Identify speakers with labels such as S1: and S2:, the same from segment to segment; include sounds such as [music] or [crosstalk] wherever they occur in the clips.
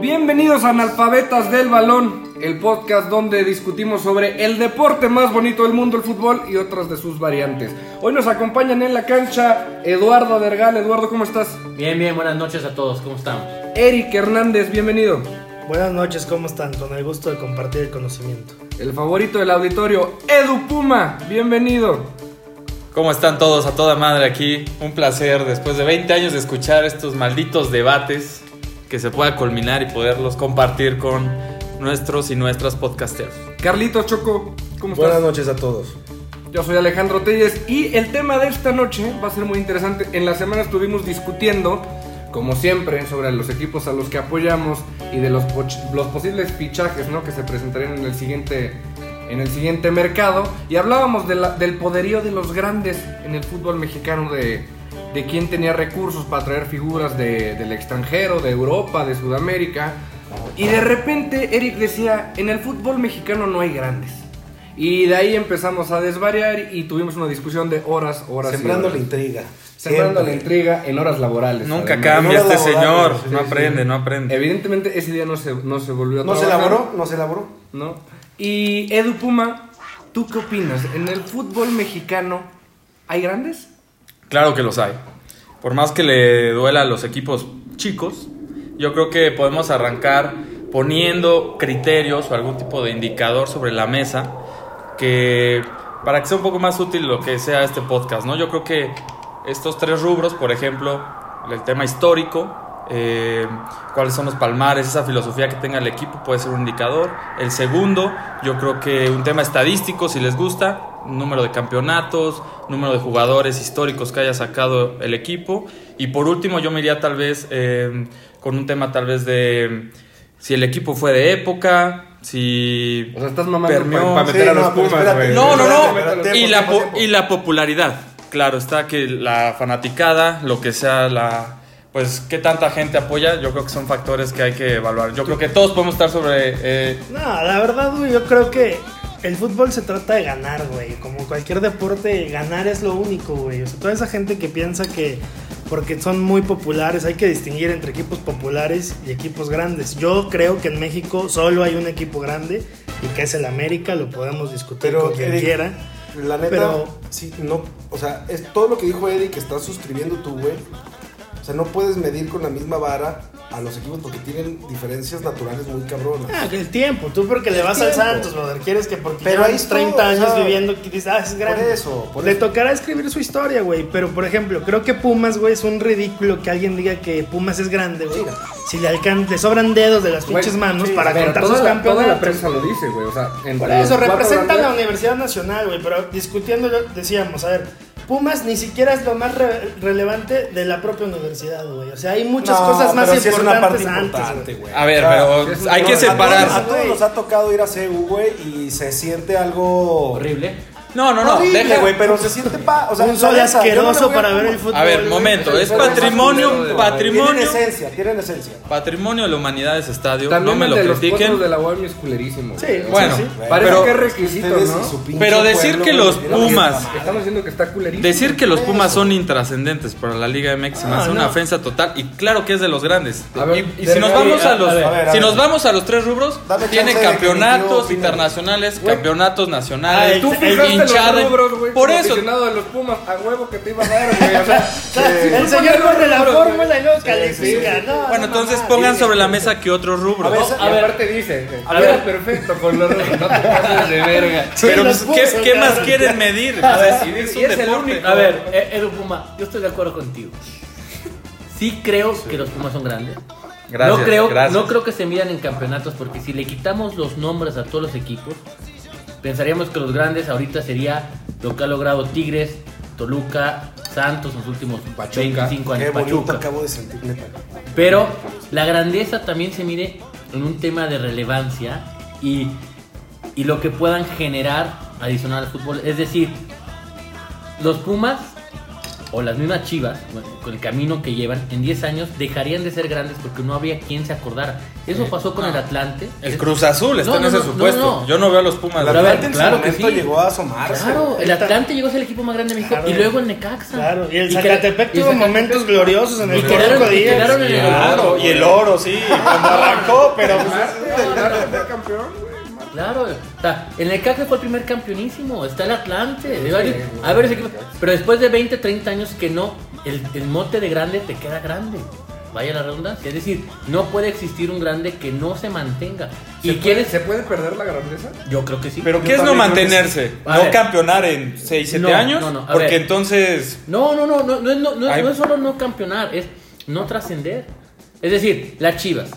S1: Bienvenidos a Analfabetas del Balón, el podcast donde discutimos sobre el deporte más bonito del mundo, el fútbol y otras de sus variantes. Hoy nos acompañan en la cancha Eduardo Dergal. Eduardo, ¿cómo estás?
S2: Bien, bien, buenas noches a todos, ¿cómo estamos?
S1: Eric Hernández, bienvenido.
S3: Buenas noches, ¿cómo están? Con el gusto de compartir el conocimiento.
S1: El favorito del auditorio, Edu Puma, bienvenido.
S4: ¿Cómo están todos? A toda madre aquí. Un placer después de 20 años de escuchar estos malditos debates que se pueda culminar y poderlos compartir con nuestros y nuestras podcasteros.
S1: Carlitos Choco, ¿cómo estás?
S5: Buenas noches a todos.
S1: Yo soy Alejandro Telles y el tema de esta noche va a ser muy interesante. En la semana estuvimos discutiendo, como siempre, sobre los equipos a los que apoyamos y de los, poch- los posibles fichajes ¿no? que se presentarían en el siguiente en el siguiente mercado y hablábamos de la- del poderío de los grandes en el fútbol mexicano de, de quién tenía recursos para traer figuras de- del extranjero, de Europa, de Sudamérica y de repente Eric decía en el fútbol mexicano no hay grandes y de ahí empezamos a desvariar y tuvimos una discusión de horas, horas y
S3: Sembrando la
S1: horas.
S3: intriga.
S1: Sembrando la
S3: Siempre.
S1: intriga en horas laborales.
S4: Nunca
S1: además.
S4: cambia
S3: no
S4: este
S3: laboral,
S4: señor, no aprende, no aprende.
S1: Evidentemente ese día no se, no se volvió a
S3: ¿No se
S1: trabajar.
S3: elaboró? ¿No se elaboró?
S1: ¿no? Y Edu Puma, ¿tú qué opinas? ¿En el fútbol mexicano hay grandes?
S4: Claro que los hay. Por más que le duela a los equipos chicos, yo creo que podemos arrancar poniendo criterios o algún tipo de indicador sobre la mesa que para que sea un poco más útil lo que sea este podcast, ¿no? Yo creo que estos tres rubros, por ejemplo, el tema histórico, eh, cuáles son los palmares, esa filosofía que tenga el equipo puede ser un indicador. El segundo, yo creo que un tema estadístico, si les gusta, número de campeonatos, número de jugadores históricos que haya sacado el equipo. Y por último, yo me iría tal vez eh, con un tema tal vez de si el equipo fue de época, si...
S1: O sea, estás mamando
S4: Permeó.
S1: pa-
S5: Para
S1: pa-
S5: meter
S3: Sí,
S5: a los
S3: no, pero
S5: Pumas,
S3: espérate.
S5: güey.
S4: No, no,
S3: Tiempo,
S4: no.
S3: tiempo,
S4: Y la, po-
S3: tiempo.
S4: y la popularidad. Claro, está que la fanaticada, lo que sea la... Pues qué tanta gente apoya, yo creo que son factores que hay que evaluar. Yo creo que todos podemos estar sobre... eh,
S3: No, la verdad, güey, yo creo que el fútbol se trata de ganar, güey. Como cualquier deporte, ganar es lo único, güey. O sea, toda esa gente que piensa que porque son muy populares, hay que distinguir entre equipos populares y equipos grandes. Yo creo que en México solo hay un equipo grande y que es el América, lo podemos discutir
S5: Pero,
S3: con quien
S5: Eric,
S3: quiera.
S5: La neta,
S3: Pero-
S5: sí, no, o sea, es todo lo que dijo Eric, estás suscribiendo tú, güey. O sea, no puedes medir con la misma vara a los equipos porque tienen diferencias naturales muy cabronas.
S3: Ah, que el tiempo, tú porque le vas al
S5: tiempo.
S3: Santos, brother, quieres que porque
S5: Pero
S3: llevan
S5: ahí es
S3: 30
S5: todo, o
S3: años
S5: sea,
S3: viviendo que dices, ah, es grande.
S5: Por eso, por
S3: Le
S5: eso.
S3: tocará escribir su historia, güey. Pero, por ejemplo, creo que Pumas, güey, es un ridículo que alguien diga que Pumas es grande, güey.
S5: Sí.
S3: Si le, alcan le sobran dedos de las
S1: Güey,
S3: pinches manos
S5: sí,
S3: para
S1: Pero
S3: contar
S1: toda
S3: sus
S1: la, toda la
S3: campeonatos.
S1: prensa lo dice, güey. O sea, entre
S3: Por
S1: los
S3: eso,
S1: cuatro
S3: representa a la
S1: grandes-
S3: Universidad Nacional, güey. Pero discutiéndolo, decíamos, a ver, Pumas ni siquiera es lo más re- relevante de la propia universidad, güey. O sea, hay muchas
S5: No,
S3: cosas más
S5: pero sí
S3: importantes
S5: es una parte
S3: antes,
S5: importante,
S3: güey.
S5: güey.
S4: a ver,
S5: O sea,
S1: es un
S4: pero hay que
S1: tema.
S5: A todos,
S4: separar.
S5: a todos nos ha tocado ir a CU, güey, y se siente algo
S2: Horrible.
S4: No, no, no.
S5: horrible,
S4: deja-
S5: güey, pero se siente pa, o sea,
S3: un
S5: la
S3: sol
S5: neta, yo no le
S3: asqueroso
S5: voy a
S3: para ver
S5: Pumas.
S3: el fútbol.
S4: A ver,
S3: güey.
S4: momento. Es
S5: Pero más culero,
S4: patrimonio,
S5: güey. Tienen
S4: patrimonio.
S5: esencia, tienen esencia.
S4: Patrimonio de la humanidad es estadio.
S1: También
S4: No me
S1: el
S4: lo
S1: de los potros
S4: critiquen.
S1: de la UAM es culerísimo.
S3: Sí,
S1: güey. O
S4: Bueno,
S3: sí, sí.
S1: sea, parece
S4: pero-
S1: que es requisito,
S5: Ustedes
S1: ¿no?
S5: y su pinche
S4: Pero decir
S5: pueblo,
S4: que
S5: güey,
S4: los
S5: tienen la misma
S4: Pumas
S5: madre.
S1: Estamos diciendo que está culerísimo.
S4: Decir que los Pumas son intrascendentes para la Liga MX se me
S3: Ah,
S4: hace una
S3: no.
S4: ofensa total y claro que es de los grandes.
S1: A ver,
S4: y y
S1: de-
S4: si nos
S1: a-
S4: vamos
S2: a-
S4: a
S2: a
S4: los
S2: ver,
S5: a ver.
S4: si nos vamos a los tres rubros,
S5: Dame
S4: tienen
S5: chance de que mi tío
S4: campeonatos
S5: opine.
S4: internacionales,
S1: Güey.
S2: Ah,
S4: campeonatos nacionales,
S3: Ay,
S1: Ah, Tú
S3: Eh,
S1: fijaste
S4: hinchada.
S1: los rubros, güey.
S4: Por
S1: como
S4: eso,
S1: aficionado de los Pumas, a huevo que te iba a dar, güey. O sea, eh,
S3: Sí. El señor corre la fórmula y luego califica, ¿no? no
S4: bueno, entonces
S3: mamá.
S4: pongan sobre la mesa que otros
S5: A
S4: rubros.
S5: ver,
S4: ¿no?
S5: esa-
S1: A ver, te dice, a ver, perfecto con los rubros, no te pases de verga.
S4: Pero
S3: los
S4: pues,
S3: puso,
S4: ¿qué, qué más
S3: cabrón.
S4: quieren medir?
S2: A ver,
S4: Pues, si es un
S1: y es el
S4: deporte.
S1: único.
S2: A ver, eh, Edu Puma, yo estoy de acuerdo contigo. Sí creo que los Pumas son grandes.
S4: Gracias,
S2: no, creo,
S4: gracias.
S2: no creo que se midan en campeonatos porque si le quitamos los nombres a todos los equipos, pensaríamos que los grandes ahorita sería lo que ha logrado Tigres, Toluca, Santos en los últimos
S1: Pachuca.
S2: 25 años.
S5: Qué bonito
S2: Pachuca.
S5: acabo de sentir, neta.
S2: Pero la grandeza también se mide en un tema de relevancia y, y lo que puedan generar adicional al fútbol. Es decir, los Pumas o las mismas Chivas, bueno, con el camino que llevan, en 10 años dejarían de ser grandes porque no habría quien se acordara. Eso
S4: Sí. Ah.
S2: pasó con el Atlante.
S4: El Cruz Azul está
S2: No,
S4: en
S2: no,
S4: ese
S2: no, no,
S4: supuesto.
S2: no.
S4: Yo no veo a los Pumas.
S5: La
S2: Pero a ver,
S5: verdad, en su
S2: claro que
S5: momento
S2: sí.
S5: llegó a asomarse.
S2: Claro, el
S3: Ahorita-
S2: Atlante llegó a ser el equipo más grande de México
S3: Claro.
S2: y luego el Necaxa.
S3: Claro, y el
S2: que-
S3: Zacatepec
S2: pues, y
S3: tuvo
S2: Zacatepec-
S3: momentos gloriosos en
S2: Y
S3: el
S2: quedaron,
S3: Córdoba
S2: y
S3: Díaz.
S2: quedaron en
S4: Y
S2: Ah, el
S4: el oro, y el oro, sí.
S3: [laughs]
S4: Cuando arrancó, pero. pues,
S1: ¿Fue campeón, güey?
S2: Claro, o sea, el Necaxa fue el primer campeonísimo, está el Atlante, de varios- a ver, ese equipo- pero después de 20, 30 años que no, el, el mote de grande te queda grande, vaya la redundancia, es decir, no puede existir un grande que no se mantenga.
S1: ¿Se
S2: ¿Y
S1: puede-
S2: quieres?
S1: ¿Se puede perder la grandeza?
S2: Yo creo que sí.
S4: Pero
S1: Yo
S4: ¿qué es no
S1: también creo que
S4: mantenerse?
S2: sí. A
S4: ¿No
S2: ver.
S4: campeonar en 6, 7
S2: No,
S4: años?
S2: no, no, a ver.
S4: Porque entonces.
S2: No, no, no, no, no, es- no- no es-
S4: Ay.
S2: no es solo no campeonar, es no trascender. Es decir, las Chivas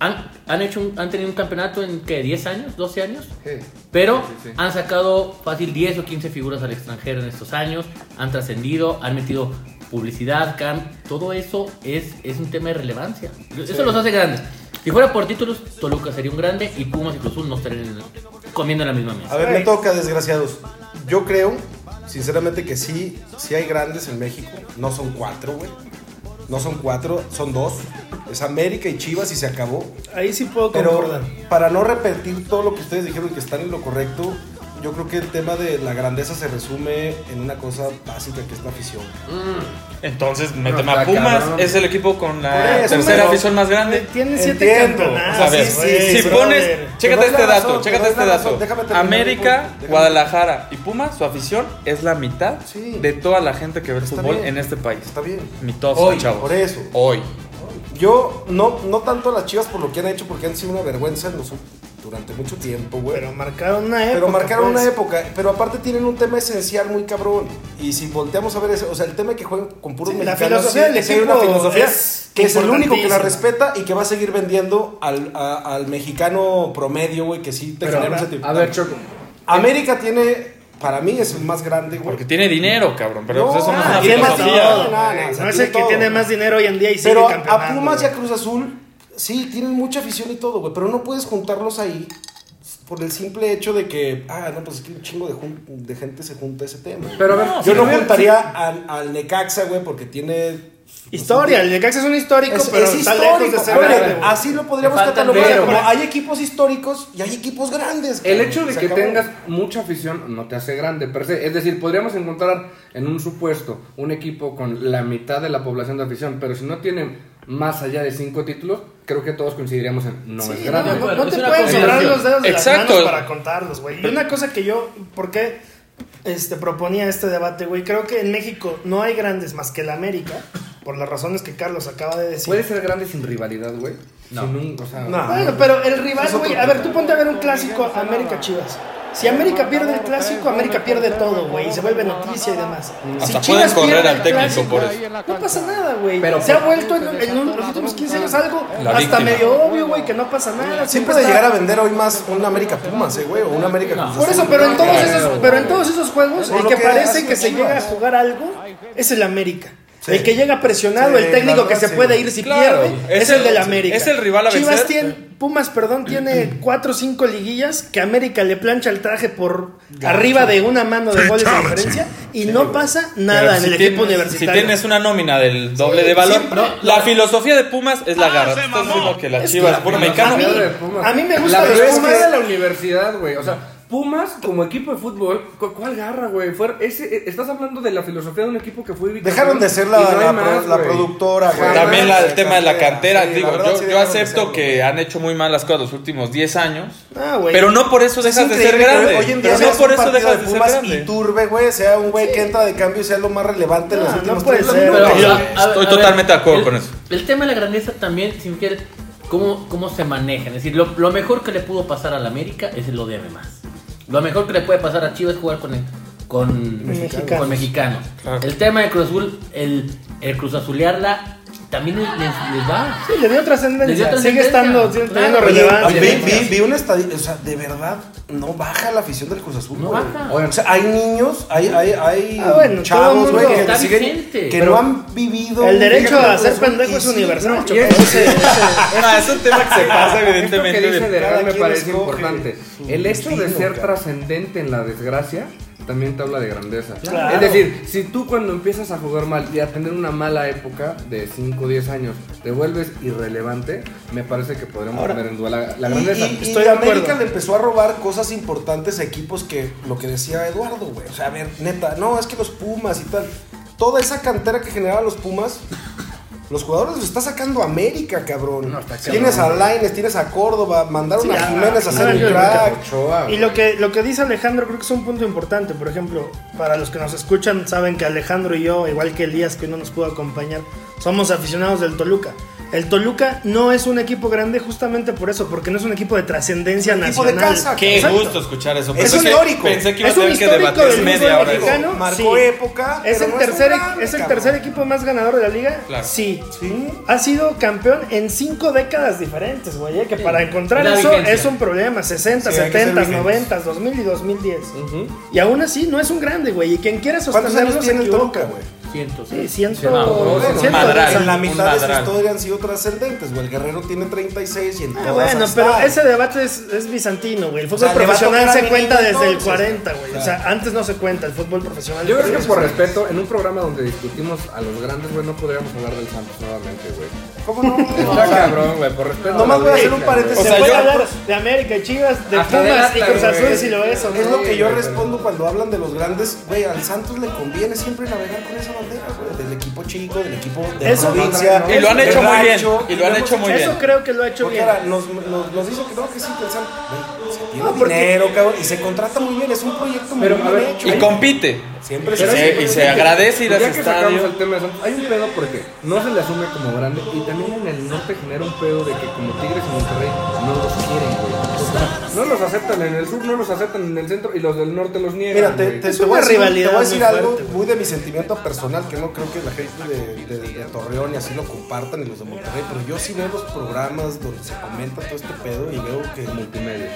S2: han, han hecho un- han tenido un campeonato en ¿qué? 10 años, 12 años.
S1: Sí.
S2: Pero
S1: Sí, sí, sí.
S2: han sacado fácil 10 o 15 figuras al extranjero en estos años, han trascendido, han metido publicidad, can, todo eso es, es un tema de relevancia. Eso los hace grandes. Si fuera por títulos, Toluca sería un grande y Pumas y Cruz Azul no estarían en- comiendo en la misma
S5: A
S2: mesa.
S5: ver,
S3: Ay.
S5: me toca, desgraciados. Yo creo, sinceramente, que sí, sí hay grandes en México. No son cuatro, güey. No son cuatro, son dos. Es América y Chivas y se acabó.
S3: Ahí sí puedo
S5: Pero
S3: concordar.
S5: para no repetir todo lo que ustedes dijeron que están en lo correcto, yo creo que el tema de la grandeza se resume en una cosa básica que es la afición.
S4: Entonces, méteme
S1: está
S4: a Pumas.
S1: cabrón.
S4: Es el equipo con
S5: Por
S4: la
S5: eso,
S4: tercera
S5: pero-
S4: afición más grande.
S3: Tiene siete
S5: Entiendo.
S3: campeonatos.
S5: O
S4: A ver,
S5: sí, sí,
S4: si
S5: sí,
S4: pones,
S3: brother.
S4: chécate
S5: Te doy
S4: este
S5: la
S4: dato,
S5: razón,
S4: chécate
S5: te doy
S4: este
S5: la
S4: dato.
S5: razón, déjame terminar mi
S4: América,
S5: punto, déjame-
S4: Guadalajara y Pumas, su afición es la mitad
S5: Sí.
S4: de toda la gente que ve el
S5: Está
S4: fútbol
S5: bien.
S4: en este país.
S5: Está bien.
S4: Mitosa,
S5: Hoy,
S4: chavos.
S5: por eso.
S4: Hoy.
S5: Yo no, no tanto a las chivas por lo que han hecho, porque han sido una vergüenza en los- durante mucho tiempo, güey.
S3: Pero marcaron una época.
S5: Pero marcaron
S3: pues.
S5: una época, pero aparte tienen un tema esencial muy cabrón. Y si volteamos a ver eso, o sea, el tema que juegan con puros
S3: Sí, la
S5: mexicanos,
S3: filosofía
S5: sí,
S3: del
S5: sí hay una
S3: equipo
S5: filosofía
S3: es
S5: que es el único que la
S3: importantísima.
S5: respeta y que va a seguir vendiendo al, a- al mexicano promedio, güey, que sí te
S1: Pero,
S5: genera un
S1: a
S5: sentimiento.
S1: ver, Choco.
S5: América tiene, para mí es el más grande, güey.
S4: Porque tiene dinero, cabrón. Pero
S5: No,
S4: pues eso no es
S5: ah,
S4: una
S5: y
S3: Tiene más
S5: filosofía.
S3: dinero.
S5: No, no, no,
S3: güey.
S5: se
S3: No es
S5: tiene
S3: el que
S5: todo.
S3: tiene más dinero hoy en día y sigue
S5: pero a
S3: campeonando,
S5: Pumas y a
S3: güey.
S5: Cruz Azul, sí, tienen mucha afición y todo, güey, pero no puedes juntarlos ahí por el simple hecho de que, ah, no, pues es que un chingo de, jun- de gente se junta a ese tema.
S1: Pero a ver, sí,
S5: Yo no
S1: a ver,
S5: juntaría al, al Necaxa, güey, porque tiene.
S3: Historia, el Necaxa es un histórico,
S5: Es,
S3: pero
S5: es
S3: está
S5: histórico.
S3: lejos de ser
S5: oye,
S3: grande, güey.
S5: así lo podríamos
S2: Faltan
S5: catalogar.
S1: pero-
S5: como hay equipos históricos y hay equipos grandes.
S1: El
S5: cabrón.
S1: hecho de
S5: Se
S1: que
S5: acabó.
S1: tengas mucha afición no te hace grande per se. Es decir, podríamos encontrar en un supuesto un equipo con la mitad de la población de afición, pero si no tienen más allá de cinco títulos, creo que todos coincidiríamos en no
S3: Sí,
S1: es
S3: no,
S1: grande.
S3: no, no
S2: Es
S3: te
S2: una
S3: pueden sobrar
S2: combinación.
S3: los dedos de
S4: Exacto.
S3: las manos para contarlos, güey. Y una cosa que yo, ¿por qué este, proponía este debate, güey? Creo que en México no hay grandes más que la América, por las razones que Carlos acaba de decir. Ah,
S1: Puede ser grande sin rivalidad, güey. Sin un- o sea,
S5: No.
S3: Bueno, pero el rival,
S5: Es otro
S3: güey. A ver, tú ponte a ver un clásico América Chivas. Si América pierde el clásico, América pierde todo, güey. Y se vuelve noticia y demás. Si
S4: Hasta pueden correr
S3: pierde
S4: al
S3: el
S4: técnico por eso.
S3: No pasa nada, güey.
S1: Pero-
S3: se ha vuelto en, en un- los últimos 15 años algo
S4: La
S3: hasta
S4: víctima.
S3: medio obvio, güey, que no pasa nada.
S5: Sí
S3: Siempre
S5: puede
S3: está-
S5: llegar a vender hoy más un América Pumas, eh, güey, o un América Cruz
S3: Por eso,
S5: Azul.
S3: pero en todos
S1: Claro.
S3: esos, pero en todos esos juegos,
S5: Por
S3: el
S5: lo
S3: que
S5: que
S3: parece
S5: hace
S3: que se
S5: Chivas.
S3: llega a jugar algo es el América.
S5: Sí.
S3: El que llega presionado,
S5: Sí,
S3: el técnico
S5: claro,
S3: que se
S5: sí.
S3: puede ir si
S4: Claro,
S3: pierde,
S4: es
S3: es, el
S4: el-
S3: del América.
S4: es el rival a
S3: Chivas
S4: vencer.
S3: tiene, Pumas, perdón,
S4: [clears throat]
S3: tiene cuatro o cinco liguillas que América le plancha el traje por arriba de una mano de goles de diferencia y no pasa nada
S4: Pero
S3: en
S4: si
S3: el
S4: tien-
S3: equipo universitario.
S4: Si tienes una nómina del doble de valor,
S3: siempre.
S4: no, la filosofía de Pumas es la
S5: Ah,
S4: garra. Tú Estás diciendo que las
S3: Es
S4: chivas,
S3: que-
S4: por
S3: no,
S4: mexicano.
S3: a mí-
S1: Madre de Pumas.
S3: a mí me gusta
S1: la
S3: los
S1: verdad es
S3: Pumas.
S1: que era de la universidad, güey. O sea, Pumas como equipo de fútbol, ¿cu- ¿cuál garra, güey? Fue- ese- eh, estás hablando de la filosofía de un equipo que fue bicampeón
S5: Dejaron de ser la,
S1: y no hay
S5: la,
S1: más,
S5: pro- la
S1: güey.
S5: productora, güey.
S4: También la- el
S5: Sí,
S4: tema de la cantera,
S5: sí, la
S4: digo,
S5: verdad
S4: yo,
S5: sí
S4: yo
S5: dejaron de
S4: acepto
S5: serlo, güey.
S4: que han hecho muy mal las cosas los últimos 10 años,
S3: Ah, güey.
S4: pero no por eso dejas de ser
S5: increíble que
S4: grande.
S5: Hoy en día
S4: pero
S5: veas
S4: no por
S5: un
S4: eso
S5: partido
S4: dejas de
S5: de
S4: ser
S5: Pumas y
S4: grande.
S5: Turbe, güey, sea un güey que entra de cambio y sea lo más relevante en
S3: No,
S5: los
S3: no
S5: últimos
S3: puede
S5: tres
S3: ser,
S5: minutos.
S4: pero-
S5: güey.
S4: yo estoy totalmente de acuerdo
S2: el-
S4: con eso.
S2: El tema de la grandeza también, si me quieres, cómo, cómo se manejan. Es decir, lo, lo mejor que le pudo pasar al América es lo de más. Lo mejor que le puede pasar a Chivas es jugar con el- con,
S3: Mexicanos.
S2: con mexicanos.
S4: Claro.
S2: El tema de Cruz Azul, el, el Cruz Azulearla, también les, les- les va.
S3: Sí, le dio
S2: Le dio
S3: trascendencia. Sigue
S2: trascendencia.
S3: estando, sigue teniendo
S2: Claro.
S5: Oye,
S3: relevancia.
S5: vi, vi- vi una estadística, o sea, de verdad, no baja la afición del Cruz Azul.
S2: No
S5: güey.
S2: baja.
S5: Oigan, o sea, hay niños, hay, hay, hay
S3: Ah, bueno, todo
S5: chavos,
S3: el
S5: güey,
S3: mundo
S5: que,
S2: está
S5: siguen-
S2: vigente.
S5: que
S1: Pero
S5: no han vivido.
S3: El
S5: un
S3: derecho
S5: día
S3: a
S5: con
S3: ser
S5: el Cruz Azul
S3: pendejo
S5: y
S3: es
S5: sí,
S3: universal,
S5: no,
S3: Choco.
S1: y es-
S3: Ese- ese-
S4: Ah, es un tema que se pasa evidentemente.
S1: Esto que dice
S4: de-
S1: Derral
S5: cada
S1: me
S5: quien
S1: parece
S5: escoge
S1: importante.
S5: su
S1: El hecho de
S5: destino,
S1: ser
S5: cabrón.
S1: trascendente en la desgracia también te habla de grandeza.
S3: Claro.
S1: Es decir, si tú cuando empiezas a jugar mal y a tener una mala época de 5 o 10 años, te vuelves irrelevante, me parece que podremos
S3: Ahora,
S1: poner en duda la, la
S5: Y-
S1: grandeza.
S5: Y, y
S3: Estoy de acuerdo.
S5: América le empezó a robar cosas importantes a equipos que lo que decía Eduardo, güey. O sea, a ver, neta, no, es que los Pumas y tal. Toda esa cantera que generaban los Pumas, los jugadores los está sacando América, cabrón.
S1: No, está cabrón,
S5: tienes a
S1: güey.
S5: Laines, tienes a Córdoba, mandaron
S3: Sí, ah,
S5: a
S3: a-
S5: Jiménez a
S3: a
S5: hacer
S3: Jiménez,
S5: un crack.
S1: Ochoa,
S3: Y
S1: güey.
S3: lo que, lo que dice Alejandro creo que es un punto importante. Por ejemplo, para los que nos escuchan, saben que Alejandro y yo, igual que Elías, que no nos pudo acompañar, somos aficionados del Toluca. El Toluca no es un equipo grande justamente por eso, porque no es un equipo de trascendencia
S5: Un equipo
S3: nacional.
S5: de casa,
S4: Qué
S3: Exacto.
S4: gusto escuchar eso.
S5: Es un
S4: que-
S5: histórico.
S4: Pensé que iba a
S3: Es un
S4: tener que
S3: histórico
S4: debatir
S3: del
S4: media
S3: fútbol
S4: hora. de eso.
S3: mexicano.
S5: Marcó
S3: sí.
S5: época.
S3: ¿Es
S5: pero
S3: el,
S5: no un
S3: tercer, e-
S5: grande,
S3: ¿Es el
S5: cabrón.
S3: tercer equipo más ganador de la liga?
S4: Claro.
S3: Sí.
S5: Sí.
S3: Ha sido campeón en cinco décadas diferentes, güey. eh, Que
S2: Sí.
S3: para encontrar
S2: La
S3: eso
S2: vigencia.
S3: es un problema. 60,
S5: Sí, hay que ser
S3: 70,
S5: vigentes.
S3: 90, 2000 y 2010.
S1: Ujú.
S3: Y aún así, no es un grande, güey. Y quien quiera
S5: ¿Cuántos
S3: sostenerlo
S5: años
S3: se
S5: tiene el
S3: equivoca.
S5: Toluca, güey?
S2: Cientos.
S3: Sí, ciento...
S2: Sí, no,
S5: Bueno,
S2: Bueno,
S5: o sea,
S4: madral,
S5: en la
S4: un
S5: mitad de su
S4: madral.
S5: historia han sido trascendentes, güey. El Guerrero tiene 36 y en
S3: Ah,
S5: todas
S3: bueno,
S5: ha
S3: pero
S5: estado.
S3: ese debate es, es bizantino, güey. El fútbol
S5: sea, le va a
S3: profesional
S5: tocar a
S3: se
S5: mi
S3: cuenta
S5: niño
S3: desde el
S5: entonces,
S3: 40, güey. O
S5: claro.
S3: sea, antes no se cuenta el fútbol profesional.
S1: Yo creo que por respeto, en un programa donde discutimos a los grandes, güey, no podríamos hablar del Santos nuevamente, güey.
S5: ¿Cómo [laughs] no?
S1: Está cabrón, güey, por respeto.
S5: Nomás
S1: a la
S5: voy a hacer
S1: audiencia,
S5: un paréntesis.
S3: Se
S5: O
S4: sea,
S3: puede
S4: yo-
S3: hablar de América y Chivas, de
S1: Hasta del
S3: Pumas y
S1: Atlas,
S3: Cruz Azul
S1: güey.
S3: si lo es o no.
S5: Es lo que yo
S1: Sí, güey,
S5: respondo cuando hablan de los grandes. Güey, al Santos le conviene siempre navegar con esa bandera, güey. Del equipo chico, del equipo de
S3: Eso-
S5: provincia.
S4: Y lo han
S5: del
S4: hecho muy bien.
S5: rancho.
S4: Y lo han hecho muy
S3: Eso
S4: bien.
S3: creo que lo ha hecho
S5: Porque
S3: bien.
S5: ahora nos, nos, nos dice que no, que sí, que el Santos. güey, se tiene
S3: No, porque-
S5: dinero, cabrón. Y se contrata muy bien. Es un proyecto muy
S1: Pero, a
S5: bien
S1: ver,
S5: hecho.
S4: Y compite.
S5: Siempre
S4: Y
S5: se-
S4: se, y se agradece ir a
S1: pues, Ya
S4: ese
S1: que sacamos
S4: estadio.
S1: el tema de Santos, hay un pedo porque no se le asume como grande y también en el norte genera un pedo de que como Tigres y Monterrey no los quieren, güey. O sea, no los aceptan en el sur, no los aceptan en el centro y los del norte los niegan.
S5: Mira, te,
S1: güey.
S5: te-
S3: Es
S5: te voy a
S3: una
S5: decir, te
S3: rivalidad
S5: voy a
S3: muy
S5: decir algo
S3: fuerte, güey.
S5: muy de mi sentimiento personal, que no creo que la gente de, de- de Torreón y así lo compartan y los de Monterrey, pero yo sí veo los programas donde se comenta todo este pedo y veo que...
S1: multimedia.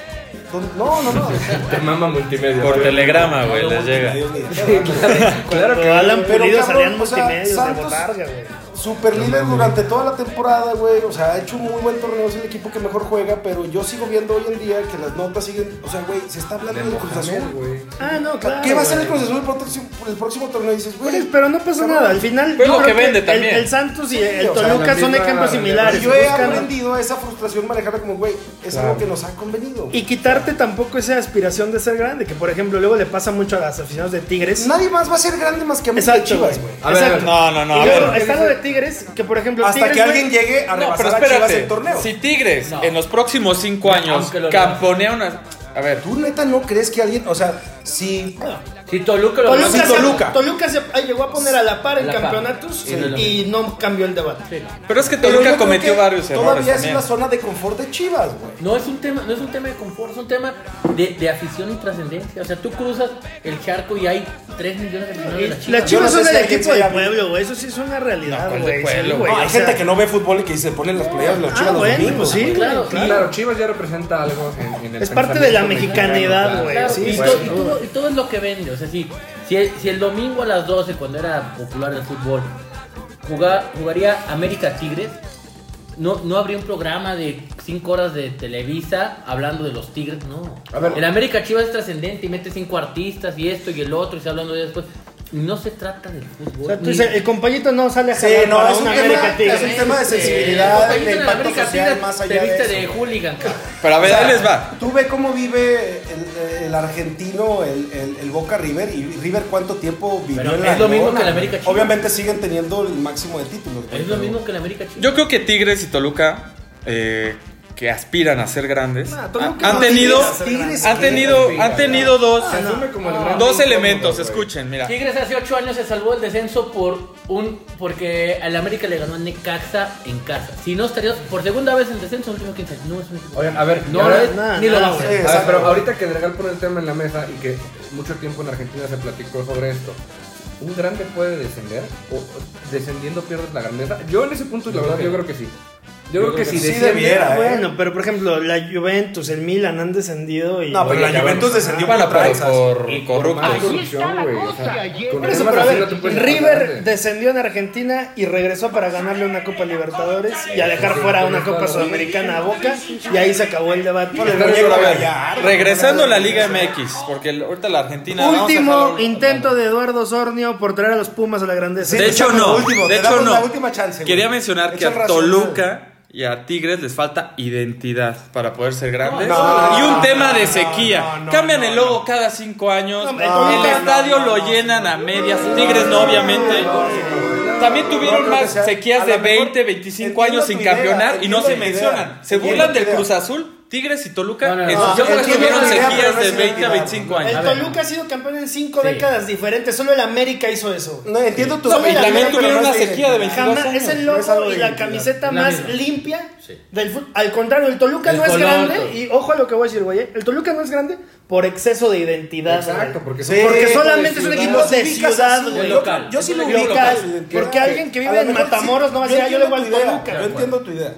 S5: donde- No, no, no.
S1: [laughs] Te mama multimedia.
S4: Por
S1: güey.
S4: telegrama, güey, les llega.
S5: Dios mío.
S1: Sí, claro, claro que
S3: Pero Alan
S5: Pero,
S3: Pulido
S5: cabrón,
S3: salían
S5: o sea,
S3: multimedios de
S5: Santos-
S3: botarga, güey.
S5: Super líder durante toda la temporada, güey. O sea, ha hecho un muy buen torneo, es el equipo que mejor juega, pero yo sigo viendo hoy en día que las notas siguen... O sea, güey, se está hablando
S1: de
S5: del Cruz
S1: Mohamed,
S5: Azul.
S1: güey.
S3: Ah, no, claro.
S5: ¿Qué va a hacer el
S3: güey.
S5: Cruz Azul por el próximo, por el próximo torneo? Y dices,
S3: Pues,
S5: güey...
S3: pero no pasa nada, al final
S4: Pero
S3: yo
S4: es lo
S3: creo
S4: que vende
S3: el-
S4: también.
S3: El, Santos y el
S5: o sea,
S3: Toluca
S1: la
S3: son
S1: misma-
S3: ejemplos similares.
S5: Yo he
S3: buscan-
S5: aprendido a esa frustración manejarla como, güey, es
S1: Claro.
S5: algo que nos ha convenido.
S3: Y quitarte tampoco esa aspiración de ser grande, que por ejemplo luego le pasa mucho a las aficionados de Tigres.
S5: Nadie más va a ser grande más que América y
S3: Exacto,
S5: Chivas,
S3: güey.
S5: güey.
S1: A ver,
S3: Exacto.
S4: No, no, no,
S3: Y
S4: a
S3: luego
S4: ver.
S3: está lo de Tigres, que por ejemplo
S5: Hasta
S3: Tigres,
S5: que
S3: güey,
S5: alguien llegue a
S4: No,
S5: rebasar
S4: pero
S5: a Chivas el
S4: espérate.
S5: torneo.
S4: Si Tigres
S2: No.
S4: en los próximos cinco años
S2: Aunque lo
S4: camponea una. A ver.
S5: ¿Tú neta no crees que alguien, o sea, si
S2: Si Toluca lo
S3: Toluca,
S5: Sí,
S3: se-
S5: Toluca.
S3: Toluca se ay, llegó a poner a la par en
S2: A la par.
S3: campeonatos
S2: Sí, no, no.
S3: y no cambió el debate.
S2: Sí, no.
S4: Pero es que
S5: Pero yo
S4: Toluca
S5: creo
S4: cometió
S5: que
S4: varios errores.
S5: Todavía es
S4: también.
S5: la zona de confort de Chivas, güey.
S2: No es un tema, no es un tema de confort, es un tema de, de afición y trascendencia. O sea, tú cruzas el charco y hay 3 millones de personas de las chivas.
S3: Las
S5: Yo no
S3: Chivas
S5: sé
S3: son
S5: si
S3: el
S5: alguien
S3: equipo
S5: se
S3: del
S5: haya-
S3: pueblo, güey. Eso sí es una realidad,
S4: No, ¿cuál
S3: güey.
S4: de pueblo,
S3: sí,
S4: güey?
S3: o
S5: hay
S3: sea-
S5: gente que no ve fútbol y que se ponen las playas de las
S3: Ah,
S5: Chivas los
S3: bueno,
S5: domingos.
S3: sí.
S5: güey.
S2: Claro,
S1: Claro,
S2: claro.
S1: Chivas ya representa algo en, en el
S3: Es parte de la
S1: pensamiento mexicano,
S3: mexicanidad,
S1: claro.
S3: güey.
S5: Pues
S2: Claro,
S3: Sí,
S2: y,
S3: sí,
S1: güey.
S2: todo, y todo- y todo es lo que vende. O sea, si, si, el, si el domingo a las 12, cuando era popular el fútbol, jugá- jugaría América Tigres, no, no habría un programa de 5 horas de Televisa hablando de los Tigres, no.
S1: A ver.
S2: El América Chivas es trascendente y mete cinco artistas y esto y el otro y se hablando de después. No se trata del fútbol.
S3: O sea, tú
S2: ni-
S3: dices, el compañito no sale a
S5: Sí,
S3: jalar
S5: no,
S3: para
S5: es un
S3: una
S5: tema-
S3: América Tigres.
S5: eh, es un tema de sensibilidad,
S2: Eh,
S5: de
S2: el
S5: impacto
S2: América
S5: social,
S2: Tigres
S5: más
S2: Te
S5: allá de
S2: viste
S5: eso.
S2: de, hooligan, cabrón.
S4: Pero a ver,
S5: O sea,
S4: ahí les va.
S5: Tú ve cómo vive el, el argentino, el, el- el Boca River, y River cuánto tiempo vivió
S2: Pero
S5: en
S2: es
S5: la
S2: lo mismo
S5: lona,
S2: que el
S5: güey.
S2: América Chivas.
S5: Obviamente siguen teniendo el máximo de títulos. güey,
S2: Es lo
S5: pero-
S2: mismo que el América Chivas.
S4: Yo creo que Tigres y Toluca, eh, que aspiran a ser grandes,
S3: Nah,
S4: ha-
S3: Toluca
S4: han
S3: no
S4: tenido,
S3: aspira a ser
S5: grande.
S4: han tenido,
S1: Tigres,
S4: han tenido dos,
S1: Se asume como el
S2: Ah,
S1: gran
S4: dos
S1: incómodo,
S4: elementos.
S1: güey.
S4: Escuchen,
S5: Ah.
S4: mira.
S2: Tigres hace 8 años se salvó del descenso por un porque al América le ganó a Necaxa en casa. Si no estaría por segunda vez en descenso en los últimos 15 años. No es un equipo.
S1: Oigan, a ver,
S2: no
S1: y ahora-
S2: es
S3: nada,
S2: ni lo va
S3: nada,
S2: a
S5: güey.
S1: A
S2: hacer.
S1: ver, pero
S5: Exacto.
S1: ahorita que Dregal pone el tema en la mesa y que mucho tiempo en Argentina se platicó sobre esto, ¿un grande puede descender? ¿O o descendiendo pierdes la grandeza? Yo en ese punto, la verdad, yo creo que sí. Yo creo que si
S5: sí
S1: desciende-
S5: debiera, ¿eh?
S3: Bueno, pero por ejemplo, la Juventus, el Milan han descendido y.
S5: No, pero la
S1: ya
S5: Juventus
S1: vamos.
S5: descendió
S4: Bueno,
S5: por
S4: pero
S5: tranzas.
S4: por
S1: Y por más
S4: corruptos.
S1: corrupción, güey. O sea, con
S3: Por eso,
S1: temas
S3: pero a
S1: así
S3: ver,
S1: no te puedes llevar
S3: River
S1: adelante.
S3: descendió en Argentina y regresó para ganarle una Copa Libertadores y a dejar fuera una Copa Sudamericana a Boca y ahí se acabó el debate.
S5: Por el
S4: Pero,
S5: muñeco
S4: a ver,
S5: Gallardo.
S4: regresando a la Liga MX, porque el- ahorita la Argentina. vamos a dejar
S3: Último
S4: un-
S3: intento de Eduardo Sornio por traer a los Pumas a la grandeza.
S5: Sí,
S4: De
S5: te
S4: hecho,
S5: damos
S4: no.
S5: la última,
S4: de
S5: te
S4: hecho,
S5: damos
S4: no.
S5: la última chance, güey.
S4: Quería mencionar que
S5: Echa
S4: a
S5: racional.
S4: Toluca y a Tigres les falta identidad para poder ser grandes.
S5: No,
S4: y un
S5: no,
S4: tema de
S5: no,
S4: sequía.
S5: no, no,
S4: Cambian
S5: no,
S4: el logo cada cinco años.
S3: hombre, Toluca-
S4: el estadio
S5: no,
S4: lo
S5: no,
S4: llenan a medias. Tigres no, obviamente. También
S5: No
S4: tuvieron
S5: creo
S4: más
S5: que sea-
S4: sequías
S5: a
S4: de
S5: lo mejor
S4: 20, 25
S5: entiendo
S4: años
S5: tu
S4: sin
S5: idea,
S4: campeonar y no
S5: entiendo
S4: se
S5: tu idea,
S4: mencionan. Se
S5: entiendo
S4: burlan
S5: tu
S4: del
S5: idea.
S4: Cruz Azul, Tigres y Toluca.
S2: No, no, no.
S4: En sus épocas
S5: entiendo
S4: tuvieron
S5: tu idea, pero
S4: sequías
S5: no
S4: de
S5: es
S4: 20 a
S5: identidad.
S4: 25 años.
S2: A
S3: El
S2: ver.
S3: Toluca ha sido campeón en cinco
S2: Sí.
S3: décadas diferentes, solo el América hizo eso.
S5: No, entiendo tu
S3: No, y
S5: idea,
S3: también
S5: pero
S4: tuvieron
S5: no
S4: una
S5: es de
S4: sequía de 22
S3: Jamás,
S4: años.
S3: es el
S5: No es algo
S3: logo
S5: de
S3: y la
S5: identidad.
S3: camiseta
S2: La
S3: más
S2: misma.
S3: limpia
S2: Sí.
S3: del fútbol. Al contrario, el Toluca
S2: El
S3: no es
S2: color,
S3: grande,
S2: todo.
S3: y ojo a lo que voy a decir, güey, eh, el Toluca no es grande por exceso de identidad.
S1: Exacto,
S3: güey.
S1: porque
S5: Sí,
S3: porque
S5: por
S3: solamente es un
S1: ciudad.
S3: equipo de
S5: Ubicas
S3: ciudad,
S5: así,
S3: güey.
S5: yo-
S2: Local.
S5: Yo sí lo
S3: Local.
S5: ubico.
S3: Porque alguien que vive en Matamoros no va a decir,
S5: ser
S3: "Ah, yo le voy al Toluca".
S5: Yo entiendo tu idea.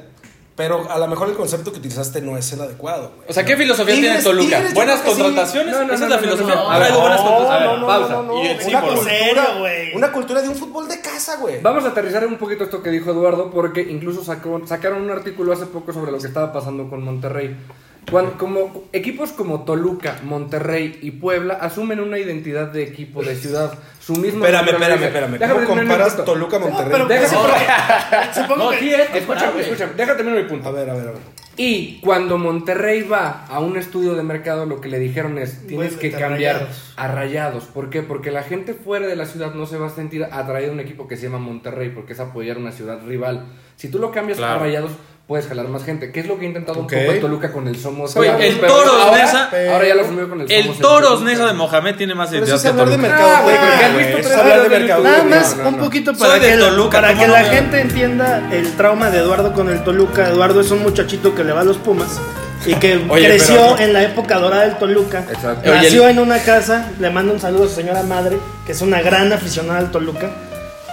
S5: Pero a lo mejor el concepto que utilizaste no es el adecuado. güey.
S4: O sea, ¿qué filosofía
S5: Tigres-
S4: tiene Toluca?
S5: Tigres, yo
S4: ¿Buenas
S5: creo que sí.
S4: contrataciones?
S1: No, no,
S4: Esa
S1: no,
S4: es la
S1: no, no,
S4: filosofía.
S1: no.
S4: A ver,
S1: No,
S4: buenas
S2: a ver,
S4: contrataciones.
S5: no,
S2: pausa.
S5: no, no,
S4: Y el
S5: una
S4: símbolo.
S5: cultura-
S3: Serio, güey.
S5: Una cultura de un fútbol de casa, güey.
S1: Vamos a aterrizar un poquito esto que dijo Eduardo, porque incluso sacó- sacaron un artículo hace poco sobre lo que estaba pasando con Monterrey. Cuan- como, equipos como Toluca, Monterrey y Puebla asumen una identidad de equipo de ciudad. Su mismo
S5: Espérame, espérame, espérame. ¿Cómo comparas Toluca Monterrey?
S3: pero-
S1: Déjame,
S3: Supongo
S2: No,
S3: que
S2: sí es
S1: escúchame,
S2: comparable.
S1: escúchame, déjate terminar mi
S5: A
S1: punto.
S5: ver, a ver, a ver.
S1: Y cuando Monterrey va a un estudio de mercado, lo que le dijeron es, tienes
S3: Vuélvete
S1: que cambiar
S3: a Rayados.
S1: a rayados. ¿Por qué? Porque la gente fuera de la ciudad no se va a sentir atraída a un equipo que se llama Monterrey, porque es apoyar una ciudad rival. Si tú lo cambias
S4: Claro.
S1: a rayados, puedes jalar más gente. ¿Qué es lo que ha intentado
S5: Ok.
S1: un poco Toluca con el Somos?
S4: Oye,
S1: Claros?
S4: el
S1: Pero
S4: Toros
S1: ahora,
S4: Nesa-
S1: ahora ya lo asumió con el Somos.
S4: El Toros Nesa de Mohamed tiene más
S5: Pero eso
S4: identidad
S5: es
S4: que
S5: hablar de
S4: Toluca.
S5: mercado,
S1: güey,
S5: güey.
S1: porque has
S5: Ah, güey,
S1: visto
S5: es
S1: tres
S5: hablar de
S1: videos de
S5: mercado.
S1: YouTube.
S3: Nada
S1: No,
S3: más
S1: no, no.
S3: un poquito
S4: Soy
S3: para
S4: de
S3: que, la-
S4: Toluca,
S3: para
S4: ¿cómo
S3: que
S4: no
S3: la
S4: me-
S3: gente entienda el trauma de Eduardo con el Toluca. Eduardo es un muchachito que le va a los Pumas y que
S4: [laughs] Oye,
S3: creció
S4: pero-
S3: en la época dorada del Toluca.
S1: Exacto.
S4: Oye,
S3: Nació
S4: el-
S3: en una casa, le mando un saludo a su señora madre, que es una gran aficionada al Toluca.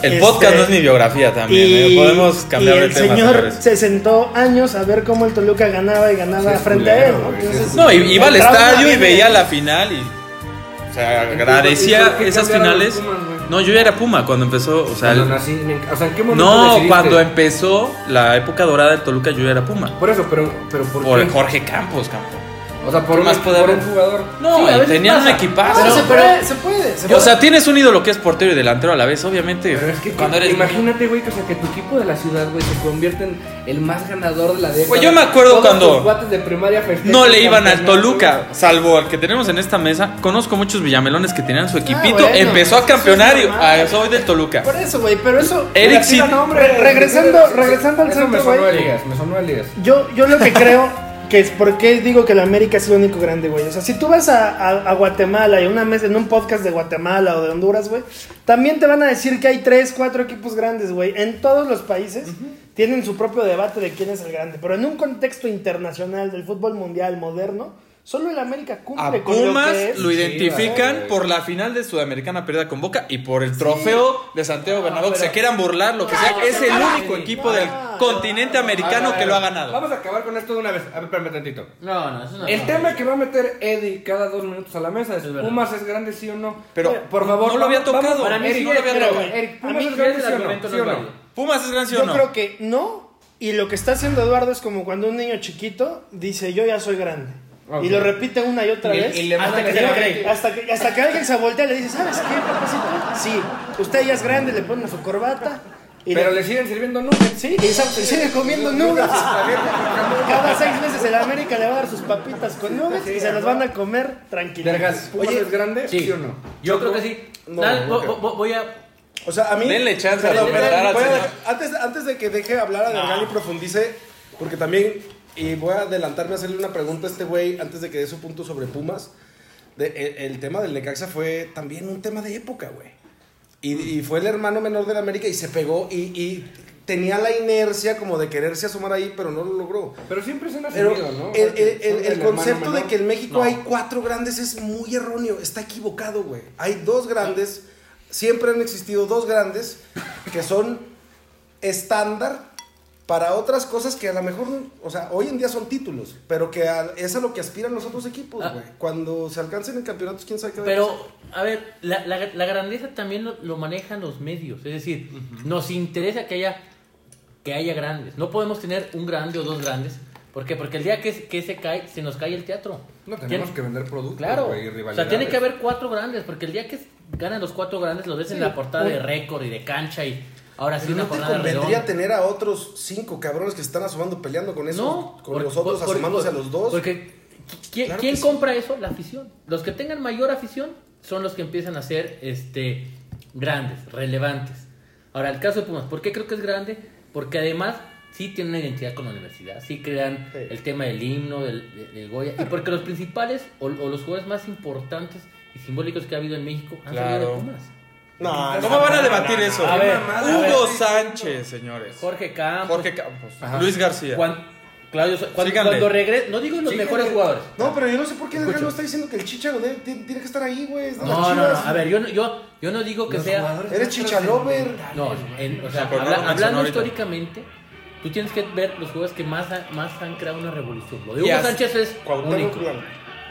S4: El
S3: Este,
S4: podcast no es mi biografía también. ¿eh? Podemos cambiar
S3: y
S4: de
S3: el
S4: tema.
S3: señor
S4: señores.
S3: se sentó años a ver cómo el Toluca ganaba y ganaba
S1: Sí, es
S3: frente
S1: culero,
S3: a él. ¿no?
S1: güey, sí,
S3: Entonces,
S1: es
S4: No, i- iba al
S3: el trauma
S4: estadio y
S3: viene-
S4: veía la final y. O sea,
S1: ¿Y por
S4: agradecía
S1: qué
S4: esas
S1: cambiaron a los
S4: finales.
S1: Pumas, güey?
S4: No, yo ya era Puma cuando empezó. O sea,
S1: Cuando
S4: el-
S1: nací, me- o sea, ¿en qué momento
S4: no,
S1: decidiste?
S4: cuando em- empezó la época dorada de Toluca, yo ya era Puma.
S1: Por eso, pero, pero ¿por,
S4: Por
S1: qué?
S4: Jorge Campos, Campos.
S1: O sea, por,
S4: ¿Qué
S1: un-
S4: más puede
S1: por
S4: haber?
S1: un jugador.
S4: No,
S2: Sí, a
S4: y
S2: veces
S4: tenían un
S2: pasa.
S4: equipazo.
S3: Pero
S2: Pero-
S3: se puede, se puede. se
S4: O
S3: puede.
S4: sea, tienes un ídolo que es portero y delantero a la vez, obviamente.
S1: Pero es que cuando
S4: cuando eres
S1: imagínate, güey, que, o sea, que tu equipo de la ciudad, güey, se convierte en el más ganador de la década.
S4: Güey, yo me acuerdo
S1: Todos
S4: cuando
S1: tus cuates de primaria festejan
S4: No le iban al
S1: campeonato,
S4: Toluca, salvo al que tenemos en esta mesa. Conozco muchos villamelones que tenían su equipito.
S3: Ah, bueno,
S4: Empezó a
S3: eso es
S4: campeonar y
S3: normal.
S4: ah, soy del Toluca.
S3: Por eso, güey, pero eso.
S4: Eric
S3: Mira,
S4: sí-
S3: tira nombre, re- regresando, regresando al
S1: Eso
S3: centro,
S1: me sonó a
S3: güey.
S1: Elías, me sonó a Elías.
S3: Yo, yo lo que creo que es porque digo que la América es el único grande, güey. O sea, si tú vas a, a- a Guatemala y una mesa en un podcast de Guatemala o de Honduras, güey, también te van a decir que hay tres, cuatro equipos grandes, güey. En todos los países tienen su propio debate de quién es el grande. Pero en un contexto internacional del fútbol mundial moderno, solo el América
S4: A
S3: cumple con lo
S4: Pumas
S3: que es.
S4: lo identifican
S1: güey.
S4: por la final de Sudamericana perdida con Boca y por el trofeo de Santiago Bernabéu. que Se quieran burlar, lo que sea. Es el único equipo del continente americano que lo ha ganado.
S1: Vamos a acabar con esto de una vez. A ver, espérame tantito.
S2: No, no, eso no.
S1: El
S2: no.
S1: tema que va a meter Eddie cada dos minutos a la mesa es,
S2: Es verdad.
S1: Pumas es grande, sí o no.
S4: Pero
S1: por favor,
S4: no lo había
S1: vamos- vamos-
S4: tocado.
S2: Para mí
S1: Eric,
S2: sí no lo había
S1: Eric,
S2: tocado.
S1: Eric,
S2: A
S1: Pumas es
S2: mí creo que
S1: grande,
S2: el
S1: sí o no.
S2: argumento no
S1: ¿Sí o
S2: es
S1: no?
S2: válido.
S4: Pumas es gran sí o
S3: Yo
S4: no.
S3: creo que no. Y lo que está haciendo Eduardo es como cuando un niño chiquito dice, yo ya soy grande.
S1: Ok.
S3: Y lo repite una y otra
S2: Y-
S3: vez.
S2: y le
S3: hasta,
S2: mandan
S3: que
S2: a hacer
S3: alguien-
S2: cree.
S3: hasta que, hasta que alguien se voltea y le dice, ¿sabes qué, papacito? Sí, usted ya es grande, le ponen su corbata. Y
S1: Pero
S3: le-
S1: le siguen sirviendo nubes.
S3: [laughs] Sí, y sa- y sigue comiendo nubes. Cada seis meses el América le va a dar sus papitas con nubes y se las van a comer
S1: Vergas,
S3: tranquilos.
S1: ¿Pumas
S5: Oye,
S1: es grande? Sí.
S2: Sí.
S1: o no?
S2: Yo creo que sí.
S5: No,
S2: Dale,
S5: no
S2: vo-
S5: creo.
S2: vo- voy a.
S5: O sea, a mí.
S4: Denle chance
S5: Perdón,
S4: de
S5: perdón,
S4: hablar al
S5: voy a
S4: señor.
S5: dejar- antes, antes de que deje hablar a Delgado y profundice, porque también. Y voy a adelantarme a hacerle una pregunta a este güey antes de que dé su punto sobre Pumas. De- e, el, el tema del Necaxa fue también un tema de época, güey. Y, y fue el hermano menor del América y se pegó y, y tenía la inercia como de quererse asomar ahí, pero no lo logró.
S1: Pero siempre se han
S5: Pero
S1: asumido, ¿no?
S5: el, el-
S1: Porque
S5: el-
S1: son
S5: el
S1: del
S5: concepto
S1: hermano
S5: de
S1: menor.
S5: que en México
S2: No.
S5: hay cuatro grandes es muy erróneo, está equivocado, güey. Hay dos grandes, siempre han existido dos grandes que son estándar para otras cosas que a lo mejor, o sea, hoy en día son títulos, pero que a- es a lo que aspiran los otros equipos,
S2: Ah.
S5: güey. Cuando se alcancen en campeonatos, quién sabe qué va a pasar.
S2: Pero, a ver, la, la- la grandeza también lo, lo manejan los medios. Es decir, nos interesa que haya, que haya grandes. No podemos tener un grande o dos grandes. ¿Por qué? Porque el día que, que se cae, se nos cae el teatro.
S1: No tenemos
S2: Tien-
S1: que vender productos
S2: Claro.
S1: güey, y
S2: O
S1: rivalidades.
S2: sea, tiene que haber cuatro grandes. Porque el día que ganan los cuatro grandes, los ves en la portada de récord y de cancha. Y ahora sí,
S5: Pero
S2: una
S5: no te
S2: jornada
S5: convendría
S2: redonda.
S5: tener a otros cinco cabrones que se están asomando peleando con esos,
S2: No,
S5: con
S2: por-
S5: los otros
S2: por- por-
S5: asomándose
S2: por-
S5: a los dos.
S2: Porque ¿quién,
S5: Claro que
S2: quién
S5: sí.
S2: compra eso? La afición. Los que tengan mayor afición son los que empiezan a ser este, grandes, relevantes. Ahora, el caso de Pumas, ¿por qué creo que es grande? Porque además sí tienen una identidad con la universidad, sí crean
S5: Sí.
S2: el tema del himno, del, de- del Goya, y porque los principales o, o los jugadores más importantes y simbólicos que ha habido en México han salido
S4: Claro.
S2: de Pumas.
S5: No,
S4: ¿Cómo van a debatir eso?
S2: A ver,
S4: Hugo Sánchez, señores.
S2: Jorge Campos,
S4: Jorge Campos.
S1: Ajá.
S4: Luis García.
S2: Ah, pues, Juan- Claudio, Sa- cuando,
S4: Síganle.
S2: cuando regrese, no digo los
S4: Síganle.
S2: mejores jugadores.
S5: No, pero yo no sé por qué
S2: Escucha.
S5: no está diciendo que el Chicharo debe- tiene, tiene que estar ahí, güey. es de las
S2: No, no, no,
S5: Chivas.
S2: a ver, yo no, yo, yo no digo que sea...
S5: Eres chichalover.
S2: No, en- o sea, habla-
S4: por no lo mencionó
S2: hablando
S4: ahorita.
S2: históricamente, tú tienes que ver los jugadores que más, ha- más han creado una revolución. Lo de
S4: Y
S2: Hugo
S4: as-
S2: Sánchez es
S4: Cuauhtémoc
S2: único.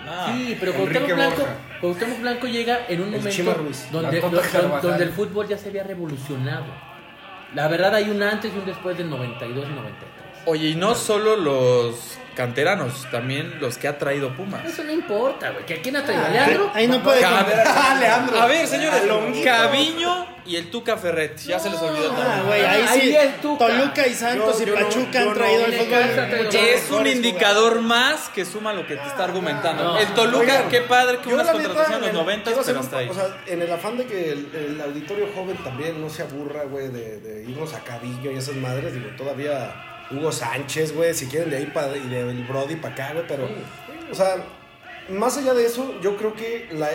S4: Ah.
S2: Sí, pero
S1: Enrique
S2: Cuauhtémoc Blanco,
S1: Borja.
S2: Cuauhtémoc Blanco llega en un
S5: Chima
S2: momento
S5: Ruiz,
S2: donde,
S1: la Tota
S2: do- don-
S1: Carvajal.
S2: donde el fútbol ya se había revolucionado. La verdad hay un antes y un después del 92 y 93.
S4: Oye, y no solo los canteranos, también los que ha traído Pumas.
S2: Eso no importa, güey. ¿Que ¿A quién ha traído? ¿A Leandro?
S3: Ah, Ahí no puede
S4: Cab-
S3: contar.
S5: Ah, Leandro.
S4: A ver, señores,
S5: Alonguito.
S4: Caviño y el Tuca Ferret. Ya se les olvidó
S3: Ah,
S4: también.
S3: güey, ahí
S2: Ahí
S3: sí.
S2: es Tuca.
S3: Toluca y Santos
S5: Yo-
S3: y
S5: yo no-
S3: Pachuca
S5: yo
S3: han
S5: no-
S3: traído el
S2: Tiene que haber
S3: fútbol.
S2: traído-
S4: Es un indicador más que suma lo que te está argumentando.
S2: No.
S4: el Toluca,
S5: Oigan,
S4: qué padre que
S5: Yo,
S4: unas
S5: la neta,
S4: contrataciones en los
S5: en-
S4: 90,
S5: quiero hacer
S4: pero
S5: un-
S4: hasta ahí.
S5: O sea, en el afán de que el, el auditorio joven también no se aburra, güey, de, de irnos a Cabillo y esas madres, digo, todavía Hugo Sánchez, güey, si quieren de ahí para y del Brody para acá, güey, pero, o sea, más allá de eso, yo creo que la-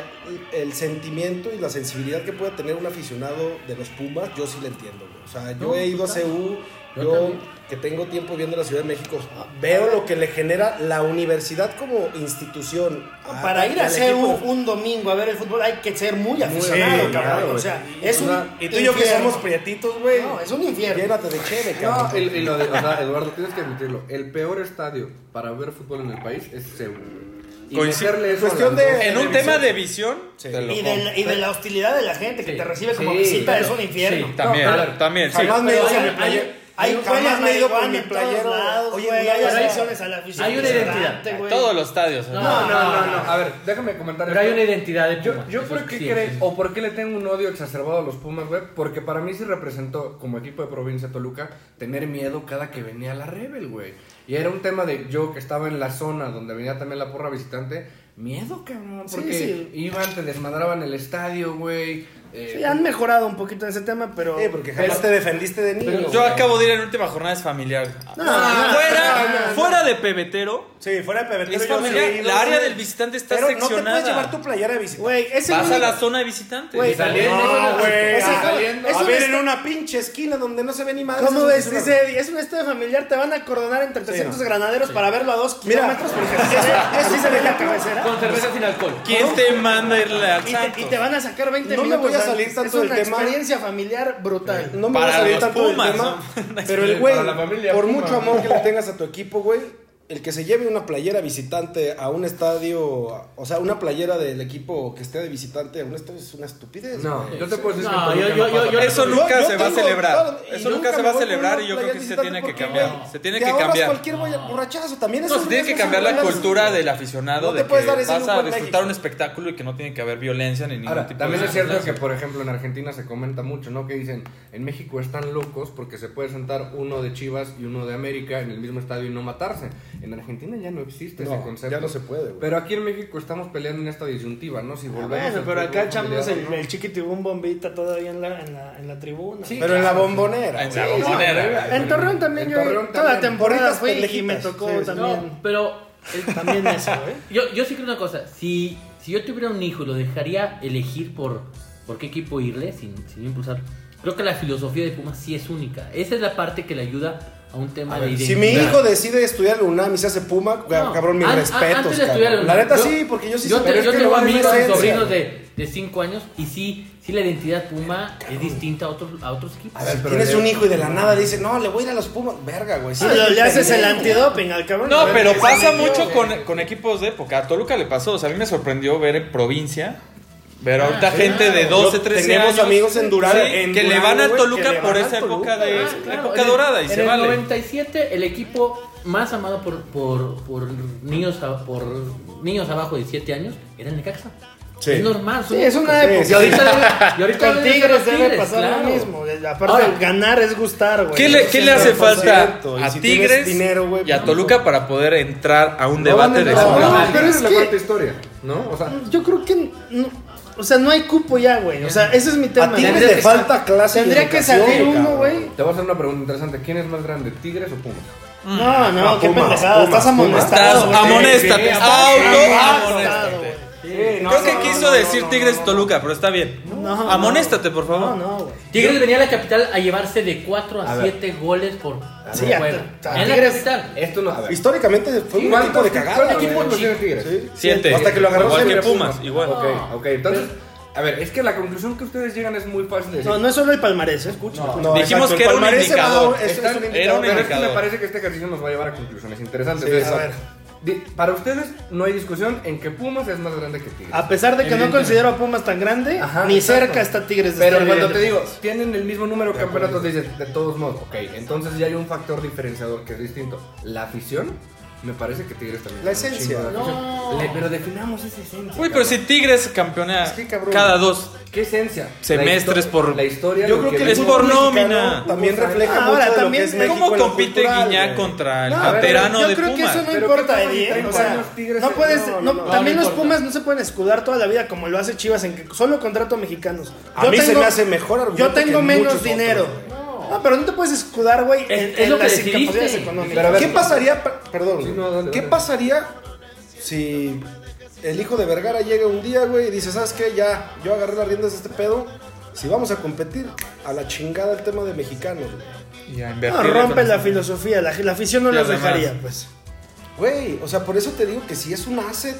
S5: el sentimiento y la sensibilidad que puede tener un aficionado de los Pumas, yo sí le entiendo, güey. O sea, yo
S2: No,
S5: he ido a
S2: total.
S5: CU,
S2: Yo
S5: yo,
S2: también.
S5: que tengo tiempo viendo la Ciudad de México, veo lo que le genera la universidad como institución. a-
S3: Para ir a
S5: Ah, al
S3: hacer
S5: equipo de
S3: un, un domingo a ver el fútbol hay que ser muy aficionado, cabrón.
S5: Sí, claro,
S3: o sea,
S5: güey.
S3: es
S5: O
S3: un
S5: sea, Y tú y yo que
S3: infierno.
S5: somos prietitos, güey.
S3: No, es un infierno.
S5: Llénate de cheve,
S1: No,
S5: cabrón.
S1: el- el- lo de- o sea, Eduardo, tienes que admitirlo. El peor estadio para ver fútbol en el país es Seúl. güey. Y
S4: Coincide-
S1: meterle eso a
S5: cuestión
S1: las
S5: de-
S1: dos
S4: en un
S5: televisión.
S4: tema de visión,
S5: Sí.
S4: te lo
S3: Y de,
S4: compro.
S3: la, y de la hostilidad de la gente que
S2: Sí,
S3: te recibe como
S1: sí,
S3: visita
S1: claro.
S3: es un infierno.
S2: Sí,
S4: También,
S1: No, a ver,
S4: también, sí.
S5: jamás me he ido
S3: Pero
S5: con mi
S3: hay-
S5: playera.
S3: Hay
S5: Yo
S3: juegas
S5: jamás me he ido con mi
S3: marihuana en todos
S5: playero.
S3: lados,
S5: Oye,
S3: güey. Hay
S5: pero hay-
S3: adicciones a la afición.
S2: hay una identidad.
S3: ignorante, güey.
S4: Todos los estadios.
S2: No,
S4: ¿no?
S1: No, no, no, no. A ver, déjame comentar.
S2: Pero hay
S1: esto.
S2: una identidad de
S1: Yo,
S2: Pumas.
S1: yo
S2: Eso
S1: por
S2: es-
S1: qué
S2: sí,
S1: creo,
S2: sí, sí.
S1: o por qué le tengo un odio exacerbado a los Pumas, güey, porque para mí sí representó como equipo de provincia Toluca tener miedo cada que venía la Rebel, güey. Y era un tema de yo que estaba en la zona donde venía también la porra visitante, miedo, cabrón,
S3: Sí,
S1: porque
S3: sí.
S1: iban, te desmadraban el estadio, güey. eh,
S3: Sí, han mejorado un poquito en ese tema, pero.
S5: Eh, porque jamás te defendiste de niño.
S4: Yo acabo de ir en última jornada, es familiar.
S3: No,
S4: Ah,
S3: no,
S4: fuera,
S3: no, no, no.
S4: fuera de pebetero,
S5: Sí, fuera de pebetero.
S4: Es
S5: yo
S4: familiar.
S5: sí he ido,
S4: La área
S5: güey.
S4: del visitante está
S5: Pero no
S4: seccionada.
S5: te puedes llevar tu playera de visitante.
S3: Güey, es el
S4: vas a
S3: único-
S4: la zona de visitantes.
S3: Güey,
S1: y saliendo,
S5: No, güey. ah,
S1: y
S5: Es el-
S1: saliendo.
S3: es
S5: a
S3: un
S5: ver,
S3: esta-
S5: en una pinche esquina donde no se ve ni madre.
S3: ¿Cómo
S5: eso
S3: ves?
S5: es una-
S3: Dice, es un estudio familiar, te van a cordonar entre 300
S5: no.
S3: granaderos para verlo a dos
S5: Mira.
S3: kilómetros
S5: [laughs]
S3: porque eso sí se ve la cabecera.
S2: Con cerveza sin alcohol.
S4: ¿Quién te manda a irle al
S3: Y te, y te
S4: Santos?
S3: van a sacar 20
S5: No me
S3: minutos.
S5: voy a
S3: o sea,
S5: salir tanto
S3: es una
S5: del tema.
S3: experiencia familiar brutal.
S5: No me
S4: Para
S5: voy a salir
S4: los
S5: tanto
S4: Pumas,
S5: del tema,
S4: ¿no?
S5: pero el güey,
S1: Para la familia
S5: por
S1: Puma.
S5: mucho amor que le tengas a tu equipo, güey, el que se lleve una playera visitante a un estadio, o sea, una playera del equipo que esté de visitante a un estadio es una estupidez.
S1: No,
S5: güey.
S1: yo te puedo decir que
S2: No,
S1: en Toluca
S2: yo-
S1: no pasa
S2: yo- yo-
S1: nada.
S4: Eso
S5: Yo-
S4: nunca se va a
S5: yo tengo-
S4: celebrar.
S5: claro, y
S4: Eso nunca se va a
S5: me voy con
S4: celebrar
S5: una
S4: y yo creo que
S5: playera
S4: se tiene que
S5: visitante
S4: cambiar.
S5: porque
S4: Se tiene
S5: te
S4: que
S5: ahorras
S4: cambiar.
S5: cualquier boya- borrachazo, también
S4: No,
S5: eso
S4: se tiene
S5: es-
S4: que
S5: eso
S4: cambiar
S5: es-
S4: la cultura del aficionado
S5: No te
S4: de que
S5: puedes dar ese
S4: vas
S5: lujo
S4: a
S5: en
S4: disfrutar un
S5: México.
S4: espectáculo y que no tiene que haber violencia ni ningún
S1: Ahora,
S4: tipo
S1: también
S4: de
S1: es cierto que,
S4: violencia.
S1: por ejemplo, en Argentina se comenta mucho, ¿no? Que dicen, en México están locos porque se puede sentar uno de Chivas y uno de América en el mismo estadio y no matarse. En Argentina ya no existe ese
S5: No,
S1: concepto.
S5: ya no se puede, güey.
S1: Pero aquí en México estamos peleando en esta disyuntiva, ¿no? Si volvemos
S3: Ah, Bueno,
S1: al
S3: pero
S1: fútbol
S3: acá echamos
S1: familiar,
S3: el,
S1: ¿no?
S3: el chiquitibum bombita todavía en la, en la, en la tribuna.
S1: Sí,
S5: Pero en la bombonera.
S4: En
S5: güey.
S4: la bombonera.
S3: En Torreón también
S1: En
S3: yo
S1: Torreón
S3: toda la
S1: también.
S3: temporada
S5: Bonitas
S3: fui y me
S5: pendejitas.
S3: tocó
S5: Sí, sí.
S3: también.
S2: No, pero el-
S3: También eso, ¿eh?
S2: yo, yo sí creo una cosa. Si, si yo tuviera un hijo, lo dejaría elegir por, por qué equipo irle sin, sin impulsar. Creo que la filosofía de Pumas sí es única. Esa es la parte que le ayuda a un tema de
S5: Si
S2: identidad.
S5: mi hijo decide estudiar en la UNAM y se hace Puma,
S2: No,
S5: cabrón, mis
S2: an- an-
S5: respetos.
S2: antes de estudiar
S5: cabrón.
S2: en
S5: La
S2: la-
S5: neta
S2: yo-
S5: sí, porque yo sí
S2: Yo,
S5: sé-
S2: te-
S5: pero es
S2: yo
S5: que
S2: tengo
S5: no va a haber
S2: amigos y
S5: esencia.
S2: sobrinos de, de 5 años y sí, sí la identidad Puma es distinta a otros, a otros equipos.
S5: A ver,
S1: pero
S5: tienes
S1: le-
S5: un hijo y de la nada dice, no, le voy a ir a los Pumas. Verga, güey. sí,
S3: Ah,
S5: le-
S3: le- le haces el antidoping al cabrón.
S4: No,
S3: A ver,
S4: pero
S3: que se
S4: pasa
S3: le dio,
S4: mucho
S3: güey.
S4: con, con equipos de época. A Toluca le pasó. O sea, a mí me sorprendió ver en provincia. Ver ahorita
S2: claro.
S4: gente de
S2: Yo-
S4: 12, 13
S5: tenemos
S4: años.
S5: amigos en Durán,
S4: sí,
S5: en
S4: que le
S5: Durán,
S4: van a
S5: güey, que
S4: Toluca
S5: le
S4: por
S5: van a
S4: esa época,
S5: Toluca.
S4: de,
S2: Ah, claro.
S4: época
S2: En el-
S4: dorada. Y
S2: en
S4: se
S2: el
S4: vale.
S2: 97 el equipo más amado por, por, por niños a- por niños abajo de 7 años era el Necaxa.
S5: Sí.
S2: Es normal.
S3: Sí, es una
S5: Sí,
S3: época.
S2: Y ahorita debe, y ahorita
S3: Con
S2: debe ser los
S3: Tigres debe
S2: Tigres,
S3: pasar
S2: claro.
S3: lo mismo. Aparte,
S2: Ahora-
S3: ganar es gustar, güey.
S4: ¿Qué le,
S3: Eso
S4: qué le
S3: siempre
S4: hace
S3: pasa.
S4: falta
S5: cierto, y
S4: a
S5: si tienes
S4: Tigres
S5: dinero, güey,
S4: y a
S5: pues,
S4: Toluca para poder entrar a un
S1: No van a
S4: debate de
S1: entrar, no,
S4: sobre la
S3: Ah,
S4: mesa?
S1: pero
S3: pero
S1: es
S3: es
S1: la
S3: que-
S1: parte historia, ¿no? O sea,
S3: Yo creo que. no- o sea, no hay cupo ya, güey. O sea, ese es mi tema.
S5: A Tigres
S3: Tendría
S5: le
S3: que-
S5: falta clase. y
S3: Tendría que
S5: educación,
S3: salir uno,
S5: cabrón.
S3: güey.
S1: te voy a hacer una pregunta interesante. ¿Quién es más grande, Tigres o Pumas?
S3: No, no,
S5: No,
S3: qué
S5: Pumas,
S3: pendejada.
S5: Pumas,
S3: Estás amonestado.
S4: Estás-
S3: güey.
S4: amonéstate,
S3: Sí,
S4: auto
S3: amonestado,
S4: amonéstate.
S3: güey.
S4: Creo que quiso decir Tigres Toluca, pero está bien.
S3: No, no.
S4: Amonéstate, por
S3: No,
S4: favor.
S3: no, güey.
S2: Tigres venía a la capital a llevarse de 4 a,
S1: A ver.
S2: 7 goles por
S3: Sí,
S2: por
S3: a-
S2: juego.
S3: a
S2: En la
S3: Tigres-
S2: capital.
S1: Esto no. A ver.
S5: Históricamente fue un
S1: ¿Cuántos
S5: tipo de
S1: ti-
S5: cagada.
S1: cuántos
S5: güey.
S1: equipos tiene Tigres?
S5: Sí.
S4: Siete.
S5: Hasta que lo agarró
S4: Igual que
S5: Sevilla.
S4: Pumas, igual.
S1: Ok, ok. Entonces, a ver, es que la conclusión que ustedes llegan es muy fácil de decir.
S3: No, no es solo el palmarés, ¿eh?
S5: No,
S4: Dijimos que
S5: exacto, el
S4: era un
S5: palmarés se va a-
S4: indicador.
S5: es- es un
S1: Están-
S5: indicador.
S4: era un
S1: Pero es que
S4: indicador.
S1: me parece que este ejercicio nos va a llevar a conclusiones interesantes.
S5: Sí,
S1: Entonces,
S5: a ver.
S1: di- Para ustedes no hay discusión en que Pumas es más grande que Tigres.
S3: A pesar de que no
S2: Evidentemente.
S3: considero a Pumas tan grande,
S1: Ajá,
S3: ni
S1: exacto.
S3: cerca está Tigres este de
S1: Pero
S3: estar
S1: cuando te
S3: viviendo.
S1: digo, tienen el mismo número de campeonatos, dices, de todos modos, ok, entonces ya hay un factor diferenciador que es distinto. La afición, me parece que Tigres también.
S5: La
S1: tiene un
S5: esencia.
S1: chingo de afición.
S2: No.
S1: Le- pero definamos esa esencia.
S4: Uy, pero
S1: cabrón.
S4: si Tigres campeonea
S5: Es que, cabrón.
S4: cada dos.
S1: ¿Qué esencia?
S4: Semestres
S1: La histo-
S4: por-
S1: La historia.
S5: Yo
S1: lo
S5: creo que el
S4: Es
S5: fútbol
S4: por
S5: mexicano
S4: nómina.
S5: También refleja
S3: Ahora,
S5: mucho de lo que
S3: también,
S5: es México
S4: ¿Cómo
S5: en lo
S4: compite
S5: cultural,
S4: Guiñac
S5: güey?
S4: contra el
S3: No,
S4: canterano
S3: yo
S4: de
S3: creo que
S4: Pumas?
S3: eso no
S1: Pero
S3: importa,
S1: ¿qué pasa si
S3: Eddie.
S1: treinta
S3: O sea,
S1: años Tigres
S3: no
S1: se-
S3: puedes,
S1: no,
S3: no,
S1: no, no.
S3: también
S2: No, no
S3: los
S2: importa.
S3: Pumas no se pueden escudar toda la vida como lo hace Chivas en que solo contrato mexicanos.
S5: A mí se me hace mejor argumento
S3: Yo tengo
S5: que
S3: menos
S5: muchos
S3: dinero.
S5: otros, güey.
S3: no. pero no te puedes escudar, güey,
S2: Es-
S3: en,
S2: es
S3: en
S2: lo que
S3: las
S2: decidiste.
S3: incapacidades
S1: Pero a
S3: económicas.
S1: ver,
S5: ¿Qué pasaría, pa- perdón,
S1: Sí, no, dale,
S5: qué
S1: dale.
S5: pasaría si el hijo de Vergara llega un día, güey, y dice, ¿sabes qué? Ya, yo agarré las riendas de este pedo. Si vamos a competir, a la chingada el tema de mexicanos,
S4: Y a
S3: No,
S4: invertir
S3: rompe
S4: con-
S3: la filosofía, la, la afición no
S4: Y
S3: los
S4: además-
S3: dejaría, pues.
S5: güey. Güey, o sea, por eso te digo que si es un asset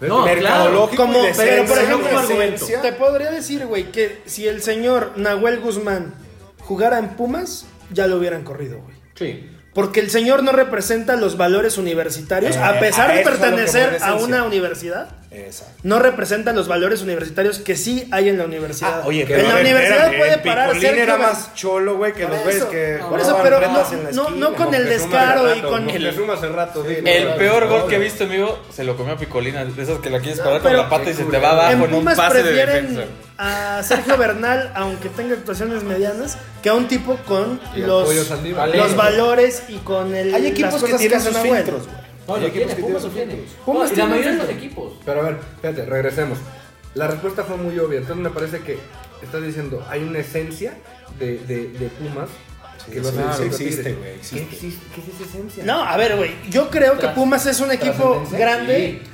S2: No, claro.
S5: mercadológico
S3: Como,
S5: y de
S3: pero por
S5: esencia,
S3: ejemplo,
S5: de
S3: como argumento,
S5: esencia,
S3: te podría decir, güey, que si el señor Nahuel Guzmán jugara en Pumas, ya lo hubieran corrido, güey.
S2: Sí.
S3: Porque el señor no representa los valores universitarios,
S5: Eh,
S3: a pesar
S5: a
S3: de
S5: eso es a lo que voy,
S3: pertenecer
S5: esencia.
S3: a una universidad.
S5: Exacto.
S3: No representa los valores universitarios que sí hay en la universidad.
S5: Ah, oye, pero
S3: en
S5: a
S3: la
S5: ver,
S3: universidad
S5: espérate,
S3: puede
S5: el
S3: parar
S5: Picolín
S3: Sergio
S5: era
S3: Gar-
S5: más cholo, güey, que
S3: Por
S5: los
S3: eso,
S5: ves que
S3: por
S5: jugaban
S3: eso, pero
S5: retas
S3: no-
S5: en la
S3: no-
S5: esquina.
S3: no con el descaro y con
S1: el.
S3: el-
S1: sumas el rato, sí, no,
S4: El
S1: no,
S4: peor
S1: no,
S4: gol
S1: no,
S4: que he
S1: no.
S4: visto en vivo se lo comió a Picolina. De esas que la quieres parar con
S3: pero-
S4: la pata y se te
S1: Qué
S4: va abajo
S3: En
S4: en un
S3: Pumas
S4: pase de
S3: prefieren
S4: defensa.
S3: a Sergio Bernal, aunque tenga actuaciones medianas, que a un tipo con
S1: Y al
S3: los,
S1: Pollo Saldívar.
S3: los valores y con el.
S5: Hay
S3: las
S5: equipos que
S3: cosas
S5: tienen
S3: hace
S5: sus
S3: Nahuel.
S5: filtros, güey.
S2: No,
S1: Hay
S2: lo
S1: equipos
S2: tiene,
S1: que tienen
S2: Pumas lo tiene.
S1: filtros.
S2: No,
S3: Pumas
S2: y la
S3: tiene
S2: mayoría de los
S3: filtro.
S2: equipos.
S1: Pero a ver, fíjate, regresemos. La respuesta fue muy obvia, entonces me parece que estás diciendo, hay una esencia de, de, de Pumas que lo hace distinto
S5: claro,
S1: a
S5: existe,
S1: Tigres.
S5: güey, existe.
S1: ¿Qué, existe? ¿Qué es esa esencia?
S3: No, a ver, güey. Yo creo que
S2: Tras-
S3: Pumas es un equipo
S1: trascendencia,
S3: grande,
S2: sí.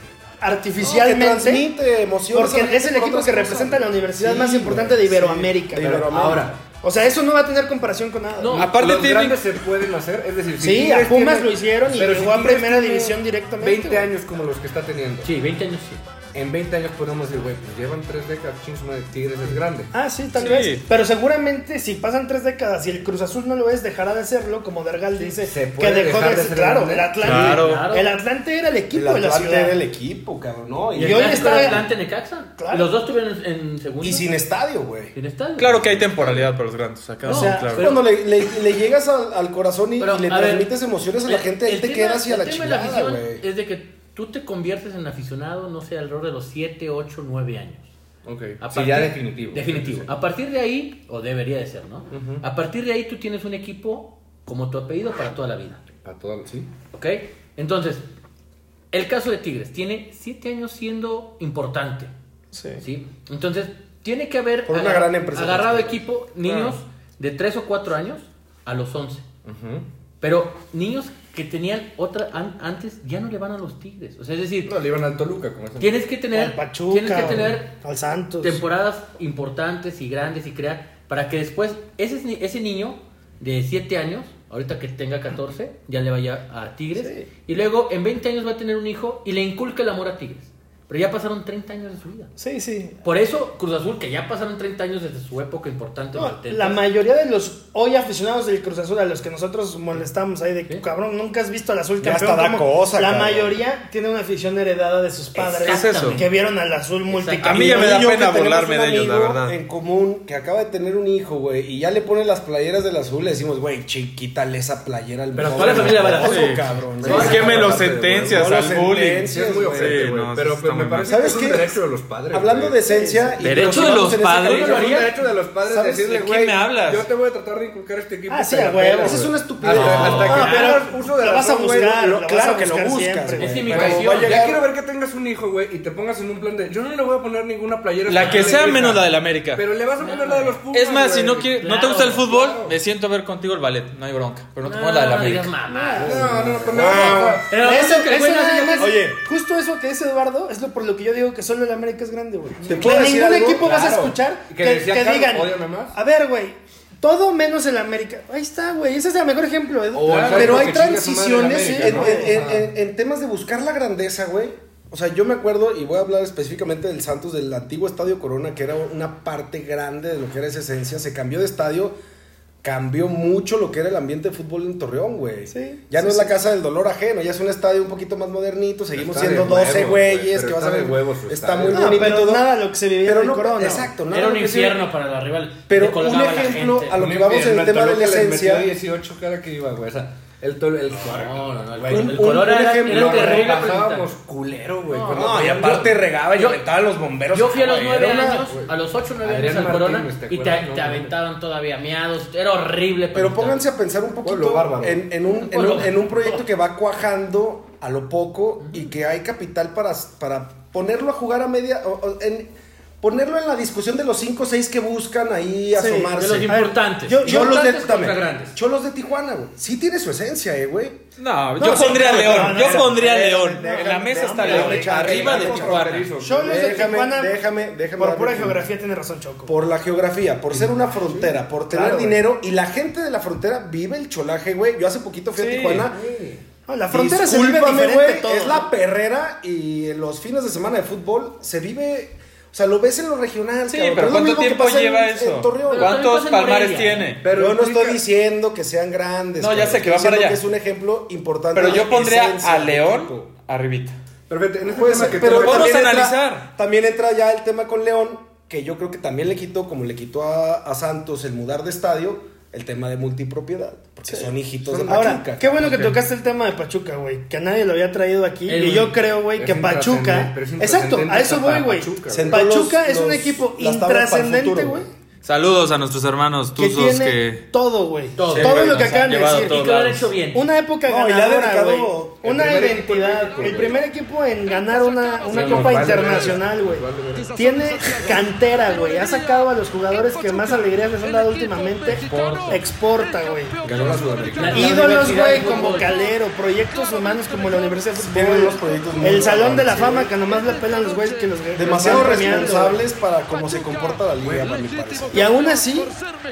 S5: No, que
S3: artificialmente.
S5: transmite emociones a la
S3: Porque es el
S5: gente por
S3: equipo
S5: otras
S3: que
S5: cosas.
S3: representa la universidad
S1: Sí,
S3: más importante de
S1: güey,
S3: Iberoamérica.
S5: sí, de
S3: güey.
S1: Pero
S5: Iberoamérica.
S1: ahora,
S3: O sea, eso no va a tener comparación con nada.
S2: No,
S3: güey.
S4: Aparte
S1: los
S4: tienen-
S1: grandes se pueden hacer, es decir, si
S3: sí, a
S1: Tigres
S3: Pumas
S1: tiene-
S3: lo hicieron y
S1: pero
S3: llegó
S1: si
S3: a
S1: Tigres
S3: primera
S1: tiene
S3: división directamente.
S1: 20
S3: güey.
S1: años como los que está teniendo.
S2: Sí, 20 años sí.
S1: En 20 años podemos decir, güey, pues llevan 3 décadas, chingo de Tigres es grande.
S3: Ah, sí, tal
S4: Sí.
S3: vez. Pero seguramente si pasan tres décadas y el Cruz Azul no lo es, dejará de serlo, como Dergal dice,
S1: se
S3: que
S1: puede
S3: dejó
S1: dejar
S3: de
S1: de
S3: ser.
S1: ser
S3: Claro,
S1: grande.
S3: el Atlante.
S4: Claro.
S2: Claro.
S3: El Atlante era el
S5: El
S3: equipo de la
S5: Atlante
S3: ciudad.
S5: era el equipo, cabrón, ¿no?
S2: Y
S5: Y,
S3: Yo
S2: hoy
S3: ya
S2: está
S3: estaba-
S2: Atlante Necaxa.
S3: Claro.
S2: Los dos tuvieron en, en segundo.
S5: y sin estadio, güey.
S2: Sin estadio.
S4: Claro que hay temporalidad para los grandes. Acá
S2: No,
S4: sí,
S3: o sea,
S4: claro.
S5: Es Cuando le, le- le llegas al, al corazón y,
S2: Pero,
S5: y le
S2: a ver,
S5: transmites emociones a la gente, ahí
S2: el
S5: te
S2: tema-
S5: quedas y a
S2: el
S5: la
S2: tema de
S5: chingada,
S2: afición
S5: güey.
S2: Es de que tú te conviertes en aficionado, no sé, alrededor de los 7, 8, 9 años.
S1: Ok,
S2: A
S1: sí,
S2: partir-
S1: ya definitivo.
S2: Definitivo. A partir de ahí, o debería de ser, ¿no?
S1: Ujú.
S2: A partir de ahí tú tienes un equipo como tu apellido para toda la vida.
S1: Para todo, sí.
S2: ¿Ok? Entonces, el caso de Tigres tiene 7 años siendo importante. ¿sí? Entonces, tiene que haber
S5: Por una
S2: agar-
S5: gran empresa.
S2: agarrado equipo niños de 3 o 4 años a los 11.
S1: Ujú.
S2: Pero niños que tenían otra an- antes ya no le van a los Tigres. O sea, es decir,
S1: No, le iban al Toluca, como eso.
S2: tienes que
S3: O
S2: tener
S3: al Pachuca,
S2: tienes que tener
S3: o al Santos.
S2: temporadas importantes y grandes y crear para que después ese ni- ese niño de 7 años, ahorita que tenga 14, ya le vaya a Tigres
S3: Sí.
S2: y luego en 20 años va a tener un hijo y le inculca el amor a Tigres. Pero ya pasaron 30 años de su vida.
S3: Sí, sí.
S2: Por eso, Cruz Azul, que ya pasaron 30 años desde su época importante.
S3: No,
S2: en los 70s.
S3: la mayoría de los hoy aficionados del Cruz Azul a los que nosotros molestamos ahí de
S2: Sí.
S3: cabrón, nunca has visto al azul
S5: Ya
S3: campeón.
S5: hasta da
S3: ¿Cómo?
S5: cosa,
S3: la
S5: cabrón.
S3: mayoría tiene una afición heredada de sus padres
S4: ¿Qué es eso?
S3: que vieron al azul
S4: A
S3: multicampeón.
S4: mí ya me da
S5: Niño que
S4: pena
S5: tenemos
S4: burlarme
S5: un
S4: de ellos, la
S5: amigo
S4: verdad.
S5: En común, que acaba de tener un hijo, güey, y ya le pone las playeras del azul, le decimos, güey, chiquítale esa playera al
S2: Pero
S5: pobre
S2: toda la familia va a la-
S5: mocoso,
S4: Sí.
S5: cabrón.
S4: Sí, es que me lo sentencias
S5: No lo
S4: al bullying.
S5: sentencias.
S1: Sí, es muy
S4: Sí,
S1: ofensivo, pero
S4: no, sí
S1: pues,
S4: está
S1: me
S4: muy mal.
S1: parece que
S5: ¿Sabes
S1: es un
S5: qué?
S1: derecho de los padres.
S5: Hablando
S1: güey.
S5: de esencia... y
S4: ¿Derecho
S5: nos
S4: de
S5: llevamos
S4: los
S5: en ese
S4: padres?
S1: Es
S5: camino,
S1: un
S5: güey.
S1: derecho de los padres
S5: ¿Sabes
S1: decirle,
S4: de
S1: güey.
S4: quién me hablas?
S1: Yo te voy a tratar de inculcar este equipo.
S3: Ah, sí,
S1: pero
S3: a huevo.
S1: pelas,
S5: Esa es
S1: güey.
S5: una estupidez.
S1: Hasta, hasta
S3: No,
S1: que
S3: pero
S1: hagas uso de
S3: lo
S1: la
S3: vas a
S1: razón, güey,
S3: buscar,
S1: lo-
S3: lo vas
S5: claro
S3: a
S5: que lo
S3: buscar
S5: buscar
S3: siempre.
S2: Es
S5: buscas,
S2: que mi
S5: güey.
S2: corazón-
S5: Pero va a
S2: Ya
S1: Ya
S5: llegar-
S1: quiero ver que tengas un hijo, güey, y te pongas en un plan de. Yo no le voy a poner ninguna playera.
S4: La que
S1: especial
S4: sea
S1: Grisa,
S4: menos la del América.
S1: Pero le vas a poner la de los Pumas.
S4: Es más, si no,
S1: güey.
S4: quiere- no te
S2: Claro,
S4: gusta el fútbol,
S1: claro.
S4: me siento a ver contigo el ballet. No hay bronca. Pero no te
S2: No,
S4: pongas la de la
S2: no digas
S4: América.
S2: mamá.
S1: No, no, no, no.
S2: Pero
S3: Eso-
S2: eso que el
S3: eso
S2: güey no
S3: nada
S2: hace lo que-
S3: más-
S5: Oye.
S3: justo eso que dice Eduardo es lo por lo que yo digo que solo el América es grande, güey.
S5: ¿Te
S3: Que
S5: puedo decir
S3: ningún
S5: algo?
S3: equipo vas a
S5: Claro.
S3: escuchar
S1: Y
S3: que,
S1: que decía
S3: que
S1: Carlos,
S3: digan,
S1: "Ódiame más".
S3: a ver, güey, todo menos el América. Ahí está, güey, ese es el mejor ejemplo, Edu.
S1: O el
S5: Pero
S1: Claro,
S5: hay
S1: que chingue su madre la
S5: transiciones
S1: América,
S5: en,
S1: ¿no?
S5: en-
S1: Ajá.
S5: en- en temas de buscar la grandeza, güey. O sea, yo me acuerdo, y voy a hablar específicamente del Santos, del antiguo Estadio Corona, que era una parte grande de lo que era esa esencia. Se cambió de estadio, cambió mucho lo que era el ambiente de fútbol en Torreón, güey.
S3: Sí,
S5: ya
S3: sí,
S5: no es
S3: sí.
S5: la casa del dolor ajeno, ya es un estadio un poquito más modernito, seguimos
S1: Está de
S5: siendo 12
S1: huevos, güey,
S5: güeyes,
S1: pero
S5: que vas a
S1: está de
S5: ver.
S1: huevos su
S5: está
S1: estadio.
S5: muy
S3: No,
S5: bonito. y
S3: pero
S5: todo.
S3: nada lo que se vivía
S5: Pero
S3: en el
S5: no,
S3: Corona.
S5: exacto, nada
S2: Era un
S5: lo que se-
S2: infierno para la rival.
S5: Pero
S2: Le colgaba
S5: un
S2: la
S5: ejemplo
S2: gente.
S5: a lo que vamos en el tema de la esencia.
S1: 18 cada que iba, güey. O sea, el tol- el
S2: No, no, no. El,
S1: Güey,
S2: el
S5: un-
S2: color
S5: un
S2: era,
S5: ejemplo,
S2: era
S1: Lo
S2: terrible.
S1: rebajábamos
S2: presentable.
S1: culero, güey.
S2: No,
S1: cuando
S5: No, y
S1: teníamos-
S5: aparte regaba y
S2: Yo-
S5: aventaba a los bomberos.
S2: Yo fui a los nueve
S5: Era una-
S2: años, a los ocho, nueve años
S1: Adrián
S2: al
S1: Martínez,
S2: Corona
S1: ¿te
S2: y te,
S1: acuerdas? No,
S2: te
S1: no, no.
S2: aventaban todavía miados. Era horrible.
S5: Pero
S2: presentar.
S5: pónganse a pensar un
S1: Pueblo
S5: poquito
S1: bárbaro.
S5: en, en un, en,
S2: Pueblo
S5: un, en un
S2: bárbaro.
S5: proyecto que va cuajando a lo poco y que hay capital para, para ponerlo a jugar a media. o- o en- ponerlo en la discusión de los 5 o 6 que buscan ahí
S3: Sí,
S5: asomarse.
S2: de los importantes.
S3: yo- yo
S5: Cholos, de,
S2: Importantes
S5: también.
S2: contra grandes.
S5: Cholos de Tijuana, güey. Sí tiene su esencia, eh, güey.
S4: No,
S3: No,
S4: yo
S3: sí,
S4: pondría a
S3: no,
S4: León.
S3: no,
S4: Yo
S3: no,
S4: pondría a
S3: no,
S4: León.
S3: no,
S4: En la
S3: no,
S4: mesa
S3: no,
S4: está
S3: no,
S4: León.
S3: no,
S4: Arriba de
S5: no,
S4: Tijuana.
S1: fronterizo, güey.
S3: Cholos de
S5: Déjame,
S3: Tijuana,
S5: déjame, déjame
S3: Por
S5: darle
S3: pura
S5: un-
S3: geografía tiene razón Choco.
S5: Por la geografía, por ser una frontera, por tener
S3: Claro, güey.
S5: dinero. Y la gente de la frontera vive el cholaje, güey. Yo hace poquito fui
S4: Sí.
S5: a Tijuana.
S3: No, la frontera se vive
S5: Discúlpame,
S3: diferente
S5: güey,
S3: todo.
S5: Es la perrera y los fines de semana de fútbol se vive. O sea, lo ves en lo regional.
S4: Sí,
S5: cabrón,
S4: pero
S5: es lo
S4: ¿cuánto
S5: mismo que
S4: tiempo
S5: pasa en-
S4: lleva
S5: en
S4: eso?
S5: Torreón.
S2: Pero-
S4: ¿Cuántos
S2: también pasa en
S4: palmares
S2: Morelia.
S4: tiene?
S5: Pero yo no
S1: implica-
S5: estoy diciendo que sean grandes.
S4: No, ya
S5: cabrón,
S4: sé que
S5: estoy
S4: va para
S5: diciendo
S4: allá.
S5: que es un ejemplo importante.
S4: Pero
S5: de
S4: yo pondría
S5: esencia
S4: a
S5: del equipo.
S4: León arribita.
S1: Perfecto, en este
S5: Puede
S1: tema
S5: ser,
S1: que
S5: pero
S1: tú-
S4: vamos
S5: también
S4: a
S5: entra-
S4: analizar.
S5: también entra ya el tema con León, que yo creo que también le quitó, como le quitó a, a Santos el mudar de estadio, el tema de multipropiedad. Porque son hijitos de
S3: Ahora,
S5: Pachuca.
S3: qué bueno que tocaste el tema de Pachuca, güey, que a nadie lo había traído aquí
S2: Es
S3: y
S2: un-
S3: yo creo, güey,
S1: es
S3: que Pachuca,
S1: intrascendente, pero es
S3: exacto, a
S1: intrascendente
S3: eso
S1: hasta
S3: voy,
S1: para
S3: güey.
S1: Pachuca, güey.
S5: Sentó
S3: Pachuca
S5: los-
S3: es un
S5: los-
S3: equipo
S5: las tablas para el
S3: intrascendente,
S5: futuro,
S3: güey,
S4: Saludos a nuestros hermanos
S3: que
S4: tuzos
S3: tiene
S4: que.
S3: todo, güey,
S2: Todo.
S3: todo,
S2: Sí,
S4: güey,
S3: lo que
S4: nos han
S3: acaban de
S4: llevado
S3: decir.
S4: todo.
S2: Y que lo han hecho bien.
S3: Una época
S5: No, y le ha
S3: ganadora,
S5: dedicado
S3: güey.
S5: el
S3: Una
S1: primer equipo
S3: identidad.
S1: olímpico,
S3: el
S1: güey.
S3: primer equipo en ganar una, una
S2: Sí, nos
S3: copa
S2: vale
S3: internacional, güey. Tiene cantera, güey. Ha sacado a los jugadores que más alegrías les han dado últimamente. Exporta, güey.
S1: Ganó la Sudamericana.
S2: La- la
S3: Ídolos,
S2: Universidad
S3: güey,
S2: de fútbol.
S3: como Calero, proyectos humanos como la Universidad de
S5: Tienen unos proyectos
S3: Fútbol,
S5: muy
S3: el Salón de la
S5: cabrones,
S3: Fama, que nomás le pelan los güeyes que los que los
S5: Demasiado
S3: están premiando,
S5: responsables para cómo se comporta la liga, para mi parecer.
S3: güey. Y aún así,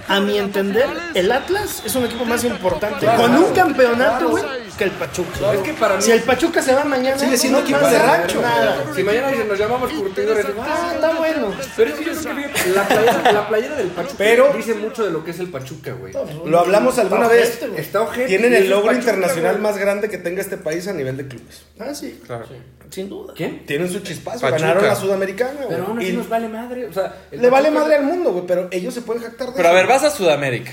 S3: a mi entender, el Atlas es un equipo más importante
S5: Claro.
S3: con un campeonato, güey, que el Pachuca.
S1: Es que para mí.
S3: Si el Pachuca se va mañana,
S5: Sigue siendo
S3: no
S5: equipo
S3: pasa
S5: de rancho.
S3: Nada.
S1: Si mañana dicen, nos llamamos curtidores.
S3: Ah, está bueno.
S1: Pero es que yo creo que la playera, la playera del Pachuca
S5: Pero-
S1: dice mucho de lo que es el Pachuca, güey.
S5: Lo hablamos alguna
S3: Está
S5: vez.
S3: ojete, güey.
S1: Está ojete.
S5: Tienen
S1: y
S5: el
S1: es
S5: logro
S1: Pachuca,
S5: internacional
S1: güey.
S5: más grande que tenga este país a nivel de clubes.
S3: Ah, sí,
S4: Claro.
S3: sin duda.
S1: ¿Qué?
S5: Tienen su chispazo.
S4: Pachuca.
S5: Ganaron la Sudamericana, güey.
S1: Pero aún así
S5: Y
S1: nos vale madre. O sea, el
S5: Le vale
S1: Pachuca-
S5: madre al mundo, güey, pero ellos se pueden jactar de
S4: Pero a
S5: eso.
S4: ver, vas a Sudamérica.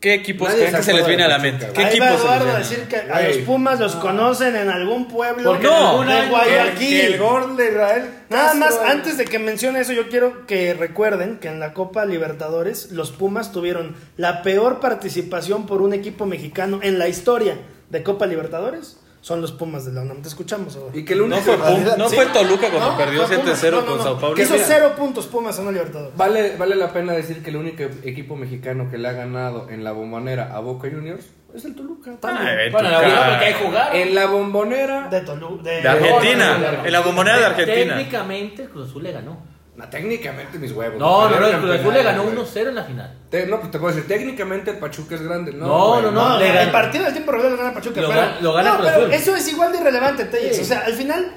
S4: ¿Qué equipos
S1: Nadie
S4: creen que
S1: se
S4: se les
S1: acuerda
S4: viene a
S1: de
S4: la
S1: Pachuca,
S4: mente?
S1: güey.
S4: ¿Qué
S3: Ahí
S4: equipos
S3: va
S4: se les
S3: Eduardo a
S4: vienen a la
S3: decir que
S4: mente?
S3: a los Pumas los conocen en algún pueblo.
S2: Porque
S4: No,
S2: en algún
S3: de
S2: año-
S3: Guayaquil.
S5: Que el gol de Israel.
S3: Nada
S5: Castro,
S3: más,
S5: güey.
S3: antes de que mencione eso, yo quiero que recuerden que en la Copa Libertadores los Pumas tuvieron la peor participación por un equipo mexicano en la historia de Copa Libertadores. Son los Pumas de la UNAM. Te escuchamos ahora.
S1: Y que el único.
S4: No fue, Pum- no
S5: Sí.
S4: fue Toluca cuando
S3: No,
S4: perdió
S3: fue Pumas.
S4: 7-0
S3: No, no,
S4: con
S3: no.
S4: Sao Paulo.
S3: Hizo
S1: Mira.
S3: cero puntos Pumas en la Libertadores.
S1: Vale, vale la pena decir que el único equipo mexicano que le ha ganado en la bombonera a Boca Juniors es el Toluca.
S4: Ah, vete,
S2: Bueno, la
S4: cara.
S2: verdad, porque hay jugar.
S1: En la bombonera.
S3: De Tolu- de-
S4: De Argentina. En la bombonera de Argentina.
S2: Técnicamente, el Cruz Azul le ganó.
S1: No, técnicamente mis huevos.
S2: No, no, no, el
S1: Perdieron
S2: Cruz Azul le
S1: campeonato,
S2: ganó
S1: güey.
S2: 1-0 en la final.
S1: Te- no, pues te puedo decir, técnicamente el Pachuca es grande. No,
S2: No,
S1: güey,
S2: no,
S3: No,
S2: le
S3: el
S2: gana.
S3: partido del tiempo regular lo gana Pachuca.
S2: Lo
S3: pero-
S2: gana- lo gana
S3: no,
S2: Cruz
S3: pero
S2: Azul.
S3: eso es igual de irrelevante, Telles. O sea, al final,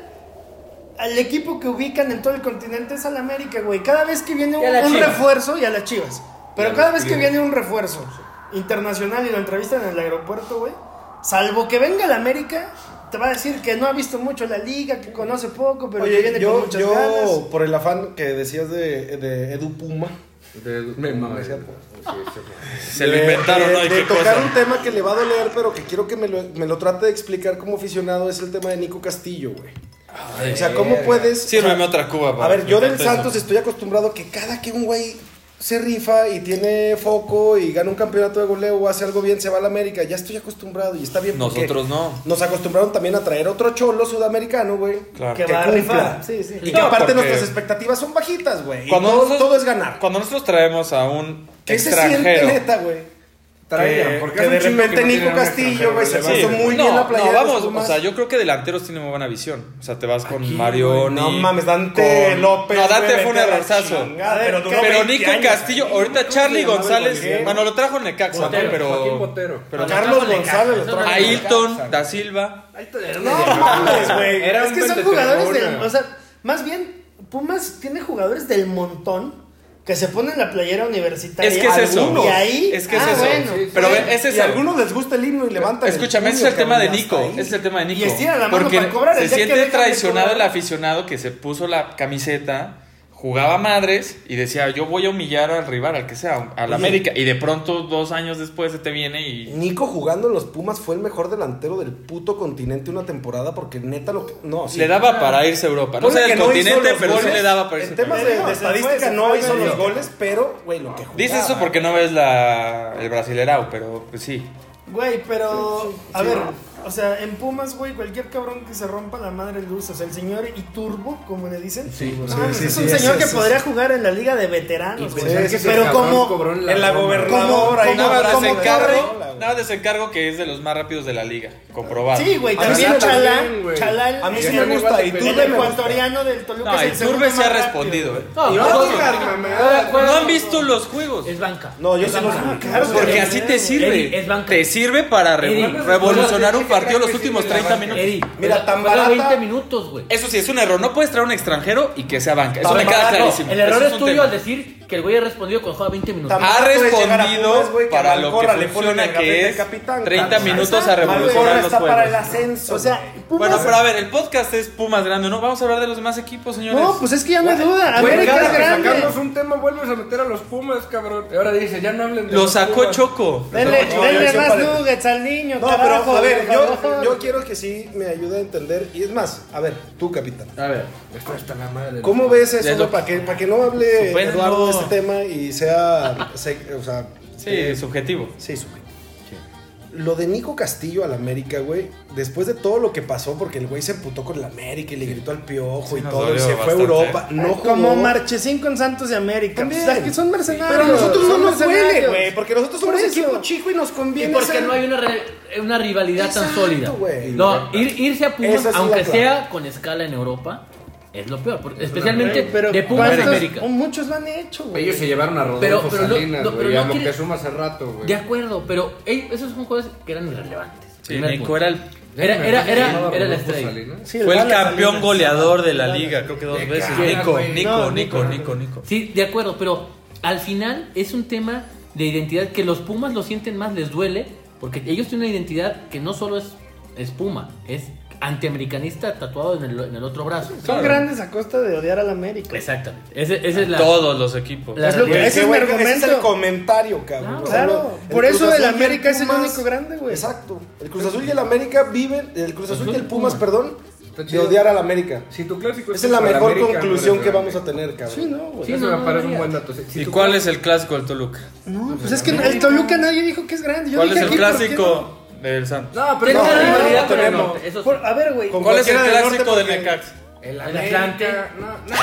S3: al equipo que ubican en todo el continente es al América, güey. Cada vez que viene un,
S2: Y a la
S3: un
S2: Chivas.
S3: refuerzo, y a las chivas.
S1: Y
S3: Pero
S1: a
S3: cada
S1: los
S3: vez que
S1: Tigres.
S3: viene un refuerzo internacional y lo entrevistan en el aeropuerto, güey, salvo que venga al América, te va a decir que no ha visto mucho la liga, que conoce poco, pero que viene con
S5: yo,
S3: muchas
S5: yo,
S3: ganas.
S5: por el afán que decías de, de Edu Puma,
S1: De-
S5: Me mamé.
S1: Sí, sí, sí.
S4: Se lo
S5: de-
S4: inventaron,
S5: de,
S4: ¿no? ¿Y
S5: de
S4: qué
S5: tocar
S4: cosa?
S5: un tema que le va a doler, pero que quiero que me lo, me lo trate de explicar como aficionado, es el tema de Nico Castillo, güey. O sea, ¿cómo
S1: verga.
S5: puedes...? o
S4: Sírveme
S5: sea,
S4: otra cuba.
S5: A
S4: papá.
S5: ver, yo
S4: Me
S5: del
S4: falta
S5: Santos
S4: eso.
S5: estoy acostumbrado que cada que un güey se rifa y tiene foco y gana un campeonato de goleo o hace algo bien, se va a la América. Ya estoy acostumbrado y está bien. porque
S4: Nosotros no.
S5: Nos acostumbraron también a traer otro cholo sudamericano, güey.
S4: Claro.
S3: que
S5: que
S3: va a
S5: cumpla.
S3: rifar. Sí, sí.
S5: Y que
S4: No,
S5: aparte
S4: porque-
S5: nuestras expectativas son bajitas, güey. Y
S4: Eh. Cuando
S5: todo,
S4: nosotros-
S5: todo es ganar.
S4: Cuando nosotros traemos a un
S5: ¿Qué se siente
S4: extranjero.
S5: neta, güey?
S1: Traigan,
S5: Que-
S1: porque
S5: que
S1: hace
S5: de
S1: un chingo
S5: repente
S1: no
S5: Nico
S1: tienen un
S5: Castillo,
S1: extranjero
S5: güey, se
S1: relevante.
S5: puso muy- bien la playera
S4: No,
S5: de los
S4: vamos,
S5: Pumas.
S4: o sea, yo creo que delanteros tienen muy buena visión. O sea, te vas con
S1: Aquí,
S4: Marioni.
S5: No mames, Dante
S4: con-
S5: López.
S4: No, Dante
S5: güey,
S4: fue un
S5: vete a la
S4: errorzazo.
S5: chingada,
S3: Pero
S5: duró
S4: Pero
S5: 20
S4: Nico
S5: años.
S4: Castillo, ahorita Charlie
S5: ¿cómo se llamaba el
S4: González,
S5: golero?
S4: bueno, lo trajo Necaxa, ¿no?
S2: Botero,
S1: Joaquín
S4: pero
S1: Botero.
S4: pero-
S5: Carlos González lo trajo.
S4: a Hilton, Da Silva,
S3: No mames, güey.
S1: Era
S3: Es
S1: un
S3: que son
S1: Pentetemporona.
S3: jugadores del. O sea, más bien, Pumas tiene jugadores del montón que se ponen la playera universitaria.
S4: Es que es eso.
S3: Algunos. Y ahí.
S4: Es que es
S3: ah,
S4: eso.
S3: Bueno,
S1: Sí, sí.
S4: Pero
S3: güey.
S4: ve, ese es
S5: Y a
S4: el-
S5: algunos les gusta el himno y levantan. el
S4: Escúchame, ese es
S5: puño,
S4: el tema de
S5: cabrón, y
S4: Nico.
S5: hasta ahí.
S4: Ese es el tema de Nico.
S3: Y estira la mano
S4: porque
S3: para cobrar,
S4: se
S3: el día que
S4: siente
S3: dejan de
S4: traicionado
S3: cobrar.
S4: el aficionado que se puso la camiseta, jugaba madres y decía, yo voy a humillar al rival, al que sea, al
S5: Oye.
S4: América. Y de pronto, dos años después, se te viene y...
S5: Nico jugando en los Pumas fue el mejor delantero del puto continente una temporada porque neta lo que- no sí.
S4: Le daba para irse a Europa. No
S5: Ponle
S4: sé
S5: que
S4: del
S5: hizo
S4: continente,
S5: los
S4: pero sí
S5: goles.
S4: le daba para irse. para
S5: En temas
S4: Europa.
S5: de,
S3: Europa.
S5: de
S3: Se fue,
S5: estadística
S3: se
S5: no
S3: fue,
S5: hizo
S3: medio.
S5: los goles, pero güey, lo que jugaba.
S4: Dices eso porque no ves la, el Brasilerao, pero pues sí.
S3: Güey, pero. A ver. O sea, en Pumas, güey, cualquier cabrón que se rompa la madre luz, o sea, el señor Iturbo, como le dicen,
S1: Sí,
S3: no
S1: sí,
S3: mames,
S5: Ah, sí,
S3: es
S5: sí,
S3: un
S5: sí,
S3: señor
S5: sí,
S3: que
S5: sí,
S3: podría jugar en la liga de veteranos,
S1: Pues es
S3: güey.
S5: Sí,
S1: que
S5: sí,
S1: ese
S3: pero
S1: cabrón
S3: como-
S1: cobró
S5: en la
S1: Roma.
S5: gobernadora
S3: Como-
S5: ahí
S3: como-
S5: nada
S4: Nada
S5: más
S4: más
S3: como
S5: desencargo.
S4: desencargo, nada más desencargo que es de los más rápidos de la liga, comprobado.
S3: Sí, güey,
S5: A mí
S3: también
S5: sí
S3: Chalá.
S1: también, güey.
S3: Chalá,
S5: A mí
S3: el-
S5: sí
S1: Están
S5: me gusta
S1: igual
S5: y
S1: de
S5: tú
S3: El
S1: peleones.
S5: me
S3: ecuatoriano del Toluca
S4: No,
S3: es
S4: el
S3: el segundo
S4: Turbe se
S3: más
S4: ha
S3: rápido.
S4: respondido. ¿eh?
S2: No,
S1: No
S2: no,
S1: digas
S2: no.
S1: mamadas.
S2: Juega-
S4: No han visto los juegos.
S2: Es banca.
S5: No, yo
S2: Es
S5: sí los
S2: banca.
S5: jugué.
S3: Ah, Claro,
S4: Porque
S3: güey.
S4: así te
S2: Eddie,
S4: sirve.
S2: es banca.
S4: Te sirve para re-
S2: Eddie.
S4: revolucionar un partido los
S1: Sí,
S4: últimos
S1: la
S4: 30
S1: banca.
S4: minutos.
S2: Eddie,
S5: Mira,
S2: juega-
S5: tan
S2: juega
S5: barata-
S2: 20 minutos, güey.
S4: Eso sí, es un error. No puedes traer a un extranjero y que sea banca. Eso
S5: Tan
S4: me queda
S5: barato.
S4: clarísimo.
S2: El error
S4: Eso
S2: es
S4: un
S2: tuyo
S4: tema.
S2: al decir que el güey ha respondido cuando juega 20 minutos.
S5: Tan-
S4: Ha
S5: Puedes llegar a
S4: respondido
S5: Pumas, güey, que
S4: para
S5: a
S4: lo que
S5: Malcorra le ponen
S4: funciona,
S5: el
S4: que
S5: gafete
S4: es
S5: de capitán,
S4: 30
S5: cabrón.
S4: minutos
S3: Ah,
S4: a
S5: Malcorra
S4: revolucionar los
S5: está para el
S4: juegos.
S5: ascenso.
S3: O sea, Pumas
S4: Bueno, pero a ver, el podcast es Pumas Grande, ¿no? Vamos a hablar de los demás equipos, señores.
S3: No, pues es que ya no hay duda.
S1: Güey,
S3: América
S1: cada
S3: es
S1: que
S3: grande.
S1: sacamos un tema vuelves a meter a los Pumas, cabrón. Y ahora dice, ya no hablen de
S4: Lo
S1: los
S4: sacó
S1: Pumas.
S4: Choco.
S3: Denle,
S5: No,
S3: denle
S5: yo sí
S3: más
S5: parece.
S3: nuggets al niño.
S5: No,
S3: carajo,
S5: pero a ver,
S3: por
S5: yo,
S3: favor.
S5: yo quiero que sí me ayude a entender. Y es más, a ver, tú, capitán.
S1: A ver, esto está la madre.
S5: ¿Cómo ves eso?
S4: Eso.
S5: güey, Para que, para que no hable
S4: Supéralo.
S5: Eduardo de este tema y sea. se- o sea,
S4: Sí, subjetivo.
S5: Sí, sujeto. Lo de Nico Castillo al América, güey, después de todo lo que pasó, porque el güey se emputó con el América y le gritó al piojo
S4: Sí,
S5: y
S4: nos
S5: todo, y
S4: dolió
S5: se fue a
S4: bastante.
S5: Europa, no
S3: No,
S5: jugó.
S3: como Marchesín con Santos de América.
S5: También.
S3: O sea, que son mercenarios.
S5: Pero a nosotros no
S3: son
S5: nos duele,
S3: mercenarios.
S5: güey, porque nosotros
S3: Por
S5: somos
S3: eso.
S5: equipo chico y nos
S2: Y
S5: conviene
S2: porque
S5: ser-
S2: no hay una, re- una rivalidad tan
S5: Exacto,
S2: sólida.
S5: güey.
S2: No, ir- irse a Pumas,
S5: Esa es
S2: aunque
S5: la clave.
S2: sea con escala en Europa, es lo peor. porque- especialmente
S3: Pero
S2: de Pumas a
S3: ¿cuántos-
S2: América.
S3: Muchos lo han hecho, güey.
S1: Ellos se llevaron a Rodolfo
S2: Pero- pero no-
S1: Salinas,
S2: no,
S1: güey,
S2: pero no
S1: a lo
S2: quiere-
S1: que suma hace rato, güey.
S2: De acuerdo, pero ey, esos son juegos que eran irrelevantes.
S4: Sí,
S2: Primer
S4: Nico
S2: punto.
S4: era el-
S2: Era, era,
S1: ¿No
S2: era,
S1: se
S2: era la
S1: llamaba Rodolfo
S2: estrella.
S1: Salinas?
S3: Sí,
S4: Fue el
S3: Dallas
S4: campeón
S3: Salinas.
S4: goleador de la liga, creo que dos
S1: Te
S4: veces.
S1: cagas,
S4: Nico,
S1: güey.
S4: Nico,
S3: No,
S4: Nico,
S1: Nico,
S4: Nico, Nico.
S2: Sí, de acuerdo, pero al final es un tema de identidad que los Pumas lo sienten más, les duele, porque ellos tienen una identidad que no solo es, es Puma, es antiamericanista tatuado en el, en el otro brazo.
S3: Son
S4: Claro.
S3: grandes a costa de odiar al América.
S2: Exactamente. Ese- esa es la...
S4: Todos los equipos.
S2: La-
S3: Es lo que-
S5: Güey,
S3: ese es mi
S5: güey, Ese es el
S3: argumento.
S5: comentario,
S2: Claro.
S5: cabrón.
S3: Claro,
S5: no,
S3: por
S5: el
S3: eso
S5: Cruz
S3: el
S5: Azul y
S3: América es el
S5: Pumas-
S3: único grande, güey.
S5: Exacto. El Cruz Azul y el América viven, el Cruz Azul y el Pumas,
S2: Pumas.
S5: perdón,
S1: Está
S5: de
S1: chido.
S5: odiar al América.
S1: Si tu clásico
S5: Esa es la
S1: para
S5: mejor
S1: Pues América, no
S5: conclusión
S1: eres
S5: que
S1: grande.
S5: vamos a tener, cabrón.
S3: Sí, no, güey.
S2: Sí,
S1: Eso
S2: no,
S1: me
S2: no
S1: parece un
S2: debería.
S1: buen dato. Si- si
S4: ¿Y
S1: tu
S4: cuál es el clásico del Toluca?
S3: No, pues es que el Toluca nadie dijo que es grande. Yo
S4: ¿Cuál es
S3: dije
S4: el
S3: aquí, ¿por qué no?
S4: clásico del Santos?
S1: No, pero
S2: Tiene
S5: No,
S2: una
S5: no,
S2: rivalidad
S5: no
S2: con el
S5: tenemos.
S2: norte, eso sí.
S3: Por- a ver, güey.
S5: Con
S4: ¿Cuál es el
S5: cualquiera del norte,
S4: clásico del
S5: porque-
S4: Necaxa?
S1: El
S2: Atlante.
S1: Atlante. No, no.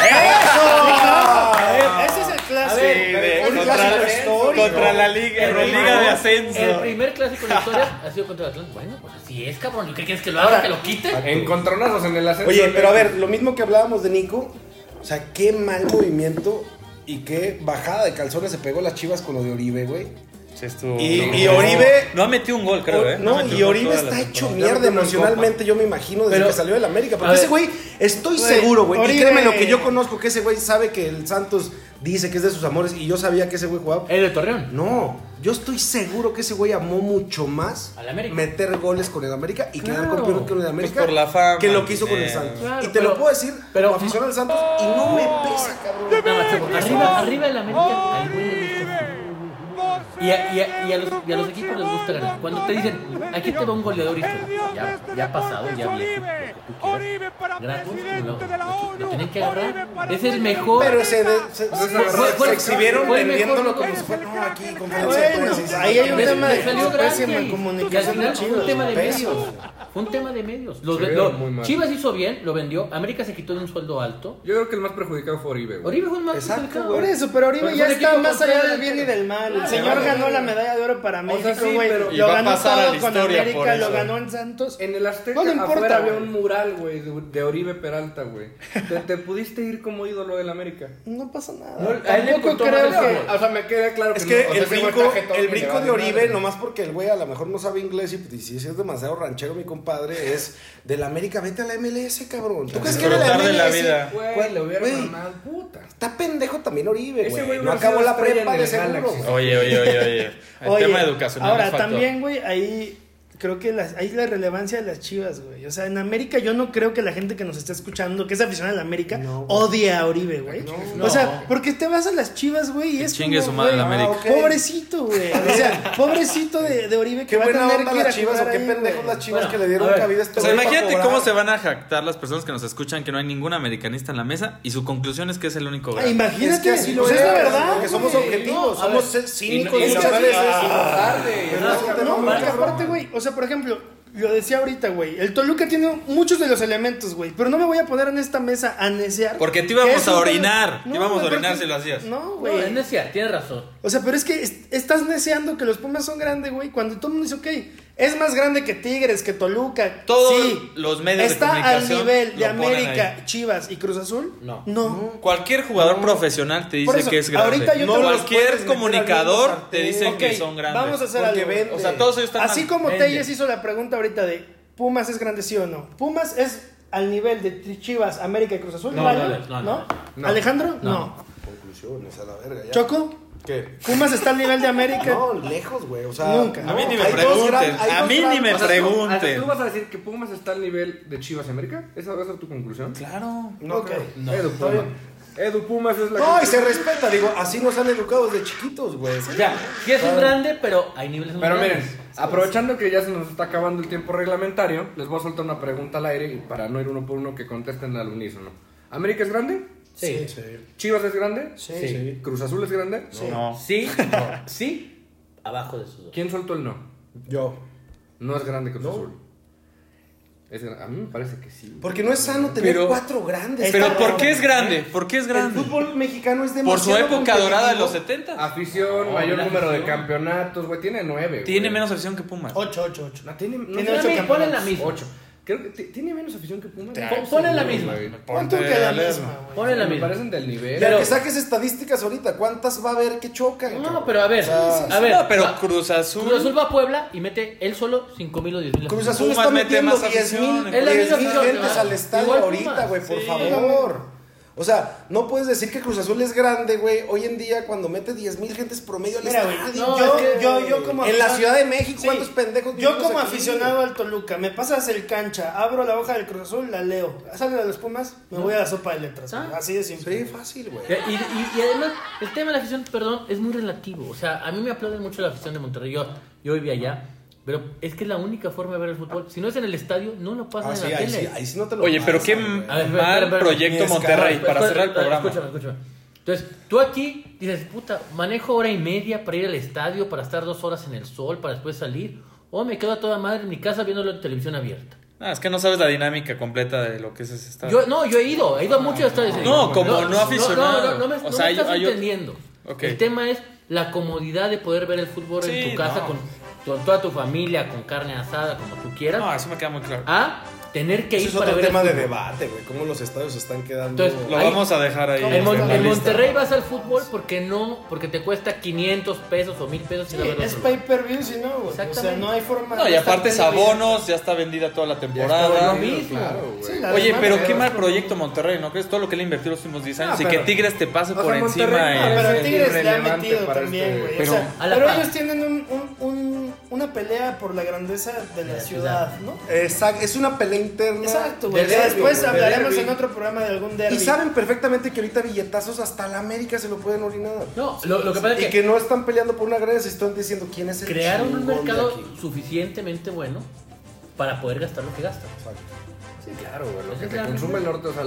S3: Ah, Ese es el clásico.
S5: de-
S3: Un
S5: contra-
S3: clásico histórico.
S4: contra la liga,
S2: El
S4: la liga de
S2: El
S4: ascenso.
S2: primer clásico de la historia ha sido contra el Atlante. Bueno, pues así es, cabrón. ¿Qué quieres que lo haga? ¿Que lo quite?
S1: Encontronazos en el ascenso.
S5: Oye, pero a ver, lo mismo que hablábamos de Nico, o sea, qué mal movimiento y qué bajada de calzones se pegó las chivas con lo de Oribe, güey.
S4: Sí, estuvo-
S5: Y-
S4: no,
S5: y
S4: no,
S5: Oribe-
S4: No ha metido un gol, creo, ¿eh?
S5: no,
S4: ha metido
S5: y
S4: un gol
S5: Oribe
S4: toda la
S5: está hecho
S4: temporada.
S5: mierda
S4: Creo que no en
S5: emocionalmente, yo me imagino, desde
S2: Pero-
S5: que salió del América.
S2: a
S5: Porque
S2: ver,
S5: ese güey, estoy
S3: güey,
S5: seguro, güey. Y
S3: Oribe-
S5: créeme lo que yo conozco, que ese güey sabe que el Santos dice que es de sus amores y yo sabía que ese güey jugaba.
S2: ¿El de Torreón?
S5: No, yo estoy seguro que ese güey amó mucho más
S2: Al América.
S5: meter goles con el América y quedar
S2: Claro.
S5: campeón con el América
S4: por la fama,
S5: que lo que hizo con el
S4: eh.
S5: Santos.
S2: Claro,
S5: y te lo
S2: pero-
S5: puedo decir,
S2: pero-
S5: pero aficionado al Santos y no me pesa, cabrón.
S2: Nada más, Checo, Arriba, arriba del América, al güey le gusta. Y a, y, a, y a los, y a los equipos les gusta ganar. Cuando te dicen, aquí te va un goleador histórico, ya, ya pasado, ya viejo, lo que tú quieras. Gratis, lo, lo, lo tienen que agarrar. Es el mejor.
S5: Pero se, de- se, se- se-
S1: fue-
S5: se
S2: fue-
S5: exhibieron
S2: fue el mejor
S5: vendiéndolo
S2: jugador.
S5: como si fuera no, aquí, conferencia de
S3: Bueno,
S5: prensa, y-
S3: ahí hay un
S2: Me-
S3: tema
S2: me
S3: de
S2: salió
S3: pésima
S2: gratis. Y al
S3: comunicación
S2: final
S3: de
S2: fue un
S3: Chivas.
S2: tema de medios.
S5: pesos.
S2: Fue un tema de medios. Los
S1: Se
S2: ve-
S1: vieron
S2: lo-
S1: muy mal.
S2: Chivas hizo bien, lo vendió. América se quitó de un sueldo alto.
S1: Yo creo que el más perjudicado fue Oribe, güey.
S2: Oribe fue un mal
S5: Exacto,
S2: perjudicado.
S3: Por eso, pero Oribe
S2: Pero
S3: ya
S2: fue un
S3: está
S2: equipo
S3: más allá
S2: contrario.
S3: del bien y del mal. El
S2: Claro.
S3: señor ganó la medalla de oro para México,
S1: sea, sí,
S3: güey.
S1: pero-
S4: Y
S3: Lo
S4: va a
S3: ganó
S4: pasar a
S3: todo
S4: la
S3: con
S4: historia por
S3: América,
S4: eso.
S3: lo ganó en Santos.
S1: En el Azteca
S3: No le importa,
S1: afuera
S3: güey.
S1: había un mural, güey, de, de Oribe Peralta, güey. Te, te pudiste ir como ídolo del América.
S3: No pasa nada.
S1: No, a él le
S3: Tampoco
S1: importó más
S3: creo
S1: el
S3: que...
S1: amor. O sea, me queda claro
S5: Es
S1: que,
S5: que
S1: no. O sea,
S5: el,
S1: ese güey
S5: brinco,
S1: está jetón
S5: el
S1: y le
S5: brinco
S1: vale
S5: de Oribe,
S1: madre.
S5: nomás porque el güey a lo mejor no sabe inglés y pues, si es demasiado ranchero, mi compadre, es del América, vete a la MLS, cabrón. ¿Tú crees que era la
S4: Disfrutar
S5: MLS?
S4: de la vida.
S1: Güey, le hubiera
S5: Güey,
S1: mamado, puta.
S5: Está pendejo también Oribe,
S1: Ese güey
S5: güey. No
S1: hubiera sido
S5: acabó la
S1: estrella
S5: prepa
S1: en
S5: de
S1: el
S5: seguro.
S1: Galaxy.
S5: güey.
S4: Oye, oye, oye, oye. El
S3: Oye,
S4: tema educacional.
S3: Ahora,
S4: es factor.
S3: también, güey, ahí creo que las, ahí la relevancia de las chivas, güey. O sea, en América yo no creo que la gente que nos está escuchando, que es aficionada a la América,
S5: No, güey.
S3: odie a Oribe, güey.
S2: no.
S3: O sea, porque te vas a las chivas, güey, y
S4: Que
S3: es
S4: chingue
S3: como,
S4: su madre
S3: güey,
S4: la América.
S5: Ah, ok.
S3: Pobrecito, güey. O sea, pobrecito de, de Oribe que
S5: Qué
S3: va a
S5: buena
S3: tener
S5: onda
S3: que ir
S5: las
S3: a
S5: chivas, o
S3: jugar
S5: qué
S3: ahí,
S5: pendejos
S3: güey.
S5: las chivas
S2: Bueno,
S5: que le dieron
S2: a ver,
S5: cabida a este
S4: O sea,
S5: güey para
S4: imagínate
S5: cobrar.
S4: cómo se van a jactar las personas que nos escuchan que no hay ningún americanista en la mesa y su conclusión es que es el único
S3: Ah,
S4: grande.
S3: imagínate,
S5: Es que así lo
S3: pues es la
S5: es,
S3: verdad.
S5: porque somos
S3: güey.
S5: objetivos,
S2: No, a
S5: somos
S2: ver,
S5: cínicos.
S2: y no- y
S5: muchas
S2: no-
S5: veces.
S1: y no tarde.
S5: Pero
S1: No,
S5: es un tema
S3: No,
S5: muy
S3: porque
S5: cabrón.
S3: aparte, güey, o sea, por ejemplo, lo decía ahorita, güey, el Toluca tiene muchos de los elementos, güey, pero no me voy a poner en esta mesa a necear.
S4: Porque te íbamos
S3: Que es un
S4: a
S3: tema-
S4: orinar, te íbamos a
S3: güey,
S4: orinar
S3: porque-
S4: si lo hacías.
S3: No,
S2: No, es
S3: güey.
S2: necesidad, tienes razón.
S3: o sea, pero es que es- estás neceando que los Pumas son grandes, güey, cuando todo el mundo dice, ok, es más grande que Tigres, que Toluca.
S4: Todos
S3: sí.
S4: los medios de
S3: Está
S4: comunicación
S3: al nivel de
S4: lo ponen
S3: América,
S4: ahí.
S3: Chivas y Cruz Azul.
S2: No.
S3: No.
S4: Cualquier jugador profesional te dice
S3: Por eso,
S4: que es grande.
S3: ahorita yo
S4: No,
S3: te los
S5: puedes
S4: cualquier
S5: meter al mismo
S4: comunicador te
S5: sartén.
S4: dice
S3: Ok,
S4: que son grandes.
S3: Vamos a hacer
S5: Porque
S3: algo. güey.
S5: vende.
S4: O sea, todos ellos están
S3: Así
S4: mal.
S3: como
S2: Vende.
S3: Telles hizo la pregunta ahorita de Pumas es grande sí o no. Pumas es al nivel de Tri- Chivas, América y Cruz Azul.
S2: No,
S3: ¿vale?
S2: no, no, no,
S3: ¿No?
S1: no.
S3: Alejandro, no.
S2: No.
S5: Conclusiones a la verga. ya.
S3: Choco,
S5: ¿Qué?
S3: Pumas está al nivel de América.
S5: No, lejos, güey. O sea,
S3: Nunca.
S4: A mí ni
S5: no,
S4: me
S5: hay dos gran-
S4: pregunten.
S5: hay
S4: A
S5: dos
S4: mí ni
S5: gran-
S4: me
S1: O sea, tú- o sea,
S4: pregunten.
S1: ¿Tú vas a decir que Pumas está al nivel de Chivas América? ¿Esa va a ser tu conclusión?
S4: Claro.
S5: No,
S3: Ok.
S5: creo.
S2: No,
S1: Edu
S5: está
S1: Pumas.
S5: bien.
S1: Edu Pumas es la
S5: No, y se
S1: conclusión.
S5: respeta, digo, así nos han educado desde chiquitos, güey.
S2: O sea, sí es un grande, pero hay niveles muy
S1: Pero miren,
S2: grandes.
S1: aprovechando que ya se nos está acabando el tiempo reglamentario, les voy a soltar una pregunta al aire y para no ir uno por uno que contesten al unísono. ¿América es grande?
S2: Sí.
S5: sí.
S1: ¿Chivas es grande?
S5: Sí,
S2: Sí.
S5: sí.
S1: ¿Cruz Azul es grande?
S4: No.
S2: Sí, sí, abajo de sus dos.
S1: ¿Quién soltó el no?
S5: Yo.
S1: No es grande Cruz Azul. Es gra- a mí me parece que sí.
S5: Porque no es sano tener
S4: Pero-
S5: cuatro grandes.
S4: Pero
S5: cabrón.
S4: ¿por qué es grande? ¿Por qué es grande?
S5: El fútbol mexicano es
S4: Por
S5: demasiado
S4: su época dorada de los
S5: competitivo.
S1: Ah,
S4: 70.
S1: Afición,
S2: No,
S1: mayor
S2: la
S1: número de
S2: afición.
S1: campeonatos, güey. Tiene nueve.
S4: Tiene
S1: güey.
S4: menos afición que Pumas.
S3: 8, 8, 8.
S1: No, tiene, no,
S3: Tiene
S1: tiene
S3: ocho
S1: mi- ponle
S3: campeonatos.
S1: la misma. Ocho. Creo que ti- tiene menos afición que Pumas.
S2: Pon- ponle la misma.
S3: ¿Cuánto
S4: Ponte
S3: que la
S4: a leer.
S3: misma, güey?
S2: Ponle la
S1: Me
S2: misma.
S1: parecen del nivel.
S5: Ya
S2: Pero-
S5: que saques estadísticas ahorita, ¿cuántas va a haber que chocan?
S2: No,
S5: cabrón?
S2: pero a ver,
S5: O sea,
S2: a ver.
S4: No, pero
S2: va-
S4: Cruz Azul.
S2: Cruz Azul va a Puebla y mete él solo 5 mil o 10 mil.
S5: Cruz Azul
S4: Pumas
S5: está
S4: mete
S5: metiendo
S4: más
S5: 10 mil
S4: afición,
S2: Es la misma afición,
S5: gentes
S2: claro.
S5: al estadio
S2: Igual
S5: ahorita,
S2: Pumas.
S5: güey, por
S4: Sí.
S5: favor. O sea, no puedes decir que Cruz Azul es grande, güey, hoy en día cuando mete 10 mil gentes promedio al
S3: Mira, güey,
S5: estadio.
S2: no,
S3: yo,
S2: es que-
S3: yo, yo como
S5: En la
S3: aficionado-
S5: Ciudad de México, ¿cuántos pendejos
S3: Yo
S5: vivimos
S3: como
S5: aquí?
S3: aficionado al Toluca, me pasas el cancha, abro la hoja del Cruz Azul, la leo, sale de las Pumas, me voy a la sopa de letras.
S2: Ah.
S3: güey, Así de simple.
S5: Sí, fácil, güey.
S2: Y, y- y además, el tema de la afición, perdón, es muy relativo. O sea, a mí me aplauden mucho la afición de Monterrey. Yo, yo viví allá, pero es que es la única forma de ver el fútbol. Si no es en el estadio, no lo pasan
S5: Ah,
S2: en
S5: sí,
S2: la
S5: ahí
S2: tele.
S5: sí, ahí sí no te lo
S4: Oye, pero qué
S5: pasan, güey.
S2: A ver, espera, espera,
S4: mal
S2: espera.
S4: proyecto
S5: Ni
S4: Monterrey
S5: escala.
S4: para
S2: Espera,
S4: cerrar el
S2: espera,
S4: programa.
S2: Escúchame, escúchame. Entonces, tú aquí dices, puta, manejo hora y media para ir al estadio, para estar dos horas en el sol, para después salir. O me quedo a toda madre en mi casa viéndolo en televisión abierta.
S4: No, Ah, es que no sabes la dinámica completa de lo que es ese estadio.
S2: Yo, no, yo he ido, he ido a
S5: Ah,
S2: muchos estadios.
S4: Ah. No, como no aficionado.
S2: No, no, no me,
S4: O
S2: no
S4: sea,
S2: me
S4: hay-
S2: estás
S4: hay otro-
S2: entendiendo.
S4: Ok.
S2: El tema es la comodidad de poder ver el fútbol
S4: Sí,
S2: en tu casa
S4: no.
S2: con con toda tu familia, con carne asada, como tú quieras,
S4: No, eso me queda muy claro.
S2: a tener que
S5: Ese
S2: ir
S5: es
S2: para
S5: otro
S2: ver el
S5: tema de
S2: fútbol.
S5: debate, güey. Cómo los estadios están quedando.
S2: Entonces,
S4: Lo
S2: ahí-
S4: vamos a dejar ahí.
S2: En, Mon-
S4: en la
S2: en
S4: lista.
S2: Monterrey vas al fútbol porque no, porque te cuesta 500 pesos o 1000 pesos sin
S3: Sí,
S2: haberlo
S3: es
S2: probado.
S3: pay per view, si no, güey. O sea,
S2: Exactamente.
S3: no hay forma.
S4: No, y
S3: está
S4: aparte es
S3: tan bien.
S4: abonos, ya está vendida toda la
S1: Ya está
S4: temporada.
S1: vendido,
S2: mismo.
S1: Claro, güey.
S3: Sí, la-
S4: Oye,
S3: Además,
S4: pero
S3: pero-
S4: qué mal proyecto Monterrey, ¿no crees? Todo lo que le invirtió los últimos 10 años
S3: Ah,
S4: y que
S3: pero-
S4: Tigres te pase
S1: O sea,
S4: por
S1: Monterrey
S4: encima.
S1: no,
S4: eh.
S3: Ah, pero
S1: es
S3: a Tigres le ha
S1: irrelevante
S3: metido
S1: para
S3: también,
S1: este-
S3: güey.
S1: pero-
S3: o sea,
S2: a la
S3: pero
S2: par.
S3: ellos tienen un- un- un- una pelea por la grandeza de la,
S2: la
S3: ciudad,
S2: ciudad.
S5: Ah,
S3: ¿no?
S5: Exacto, es una pelea interna.
S3: Exacto, güey.
S1: de
S3: O sea,
S1: derbi,
S3: después
S1: güey, de
S3: hablaremos
S1: derbi.
S3: en otro programa de algún derby.
S5: Y saben perfectamente que ahorita billetazos hasta la América se lo pueden orinar.
S2: No, lo, lo que pasa
S5: y
S2: es
S5: que
S2: que
S5: no están peleando por una granja, se están diciendo quién es el
S2: crearon un
S5: chingón de
S2: mercado
S5: aquí.
S2: suficientemente bueno para poder gastar lo que gastan.
S1: Sí, claro, güey. Lo
S2: Pues
S1: que
S2: es
S1: te
S2: la
S1: consume
S2: misma.
S1: el norte, o sea,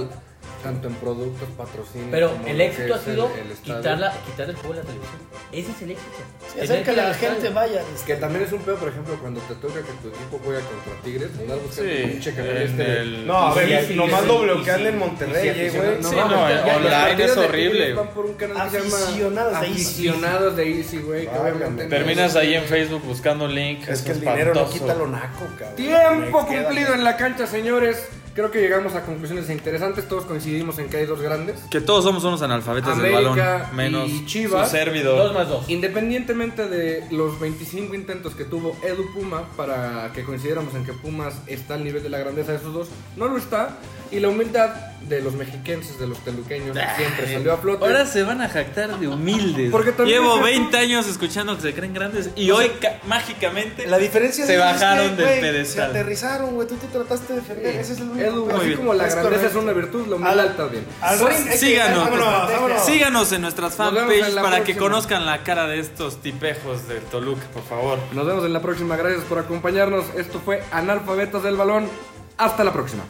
S1: tanto en productos, patrocinios.
S2: Pero
S1: como
S2: el
S1: lo que
S2: éxito ha
S1: es el-
S2: sido
S1: el estadio.
S2: quitar, la, quitar el juego de la televisión. Ese es el éxito.
S3: Sí,
S2: Tener
S3: hacer que
S2: ir al
S3: la
S2: estadio.
S3: gente vaya.
S1: Que también es un pedo, por ejemplo, cuando te toca que tu equipo juega contra Tigres, andar buscando
S4: Sí,
S1: un pinche canal
S4: en
S1: este.
S4: el-
S5: No, a
S2: Sí,
S5: ver,
S2: sí,
S5: nomás
S2: sí,
S5: lo
S2: sí,
S5: bloquean
S2: sí.
S5: en Monterrey,
S1: Sí,
S5: eh,
S1: sí,
S5: güey.
S1: no,
S4: Sí,
S1: no,
S4: no,
S2: ya- ya-
S1: Los
S4: online
S1: partidos
S4: es
S1: de
S4: horrible.
S1: Tigres Van por un canal que se llama
S3: Aficionados de Easy.
S1: Aficionados de Easy, güey. que
S5: Válgame.
S1: obviamente no
S4: Terminas
S1: es-
S4: ahí en Facebook buscando un link.
S5: Es que el
S4: es
S5: dinero no
S4: espantoso.
S5: quita lo naco, cabrón.
S1: Tiempo
S5: Me queda-
S1: cumplido en la cancha, señores. Creo que llegamos a conclusiones interesantes. Todos coincidimos en que hay dos grandes.
S4: Que todos somos unos analfabetas del
S1: América
S4: balón. Menos
S1: y Chivas.
S4: su servidor.
S2: Dos más dos.
S1: Independientemente de los 25 intentos que tuvo Edu Puma para que coincidiéramos en que Pumas está al nivel de la grandeza de esos dos, no lo está. Y la humildad de los mexiquenses, de los teluqueños, siempre salió a flote.
S4: Ahora se van a jactar de humildes.
S1: Porque también
S4: Llevo
S1: es-
S4: 20 años escuchando que se creen grandes y hoy ca- mágicamente
S5: La diferencia
S4: se
S5: es que,
S4: bajaron del
S5: güey,
S4: pedestal.
S5: Se aterrizaron, güey. Tú te trataste de defender. Ese es el único.
S1: Edu,
S5: pedo.
S1: así
S4: bien.
S1: como la
S5: Es
S1: grandeza
S5: correcto.
S1: es una virtud, la humildad también.
S3: Al
S5: Sí,
S3: ring, hay que-
S4: síganos.
S3: vámonos, vámonos.
S4: Síganos en nuestras
S1: Nos vemos en
S4: fanpages
S1: la
S4: para que
S1: próxima.
S4: conozcan la cara de estos tipejos del Toluca, por favor.
S1: Nos vemos en la próxima. Gracias por acompañarnos. Esto fue Analfabetas del Balón. Hasta la próxima.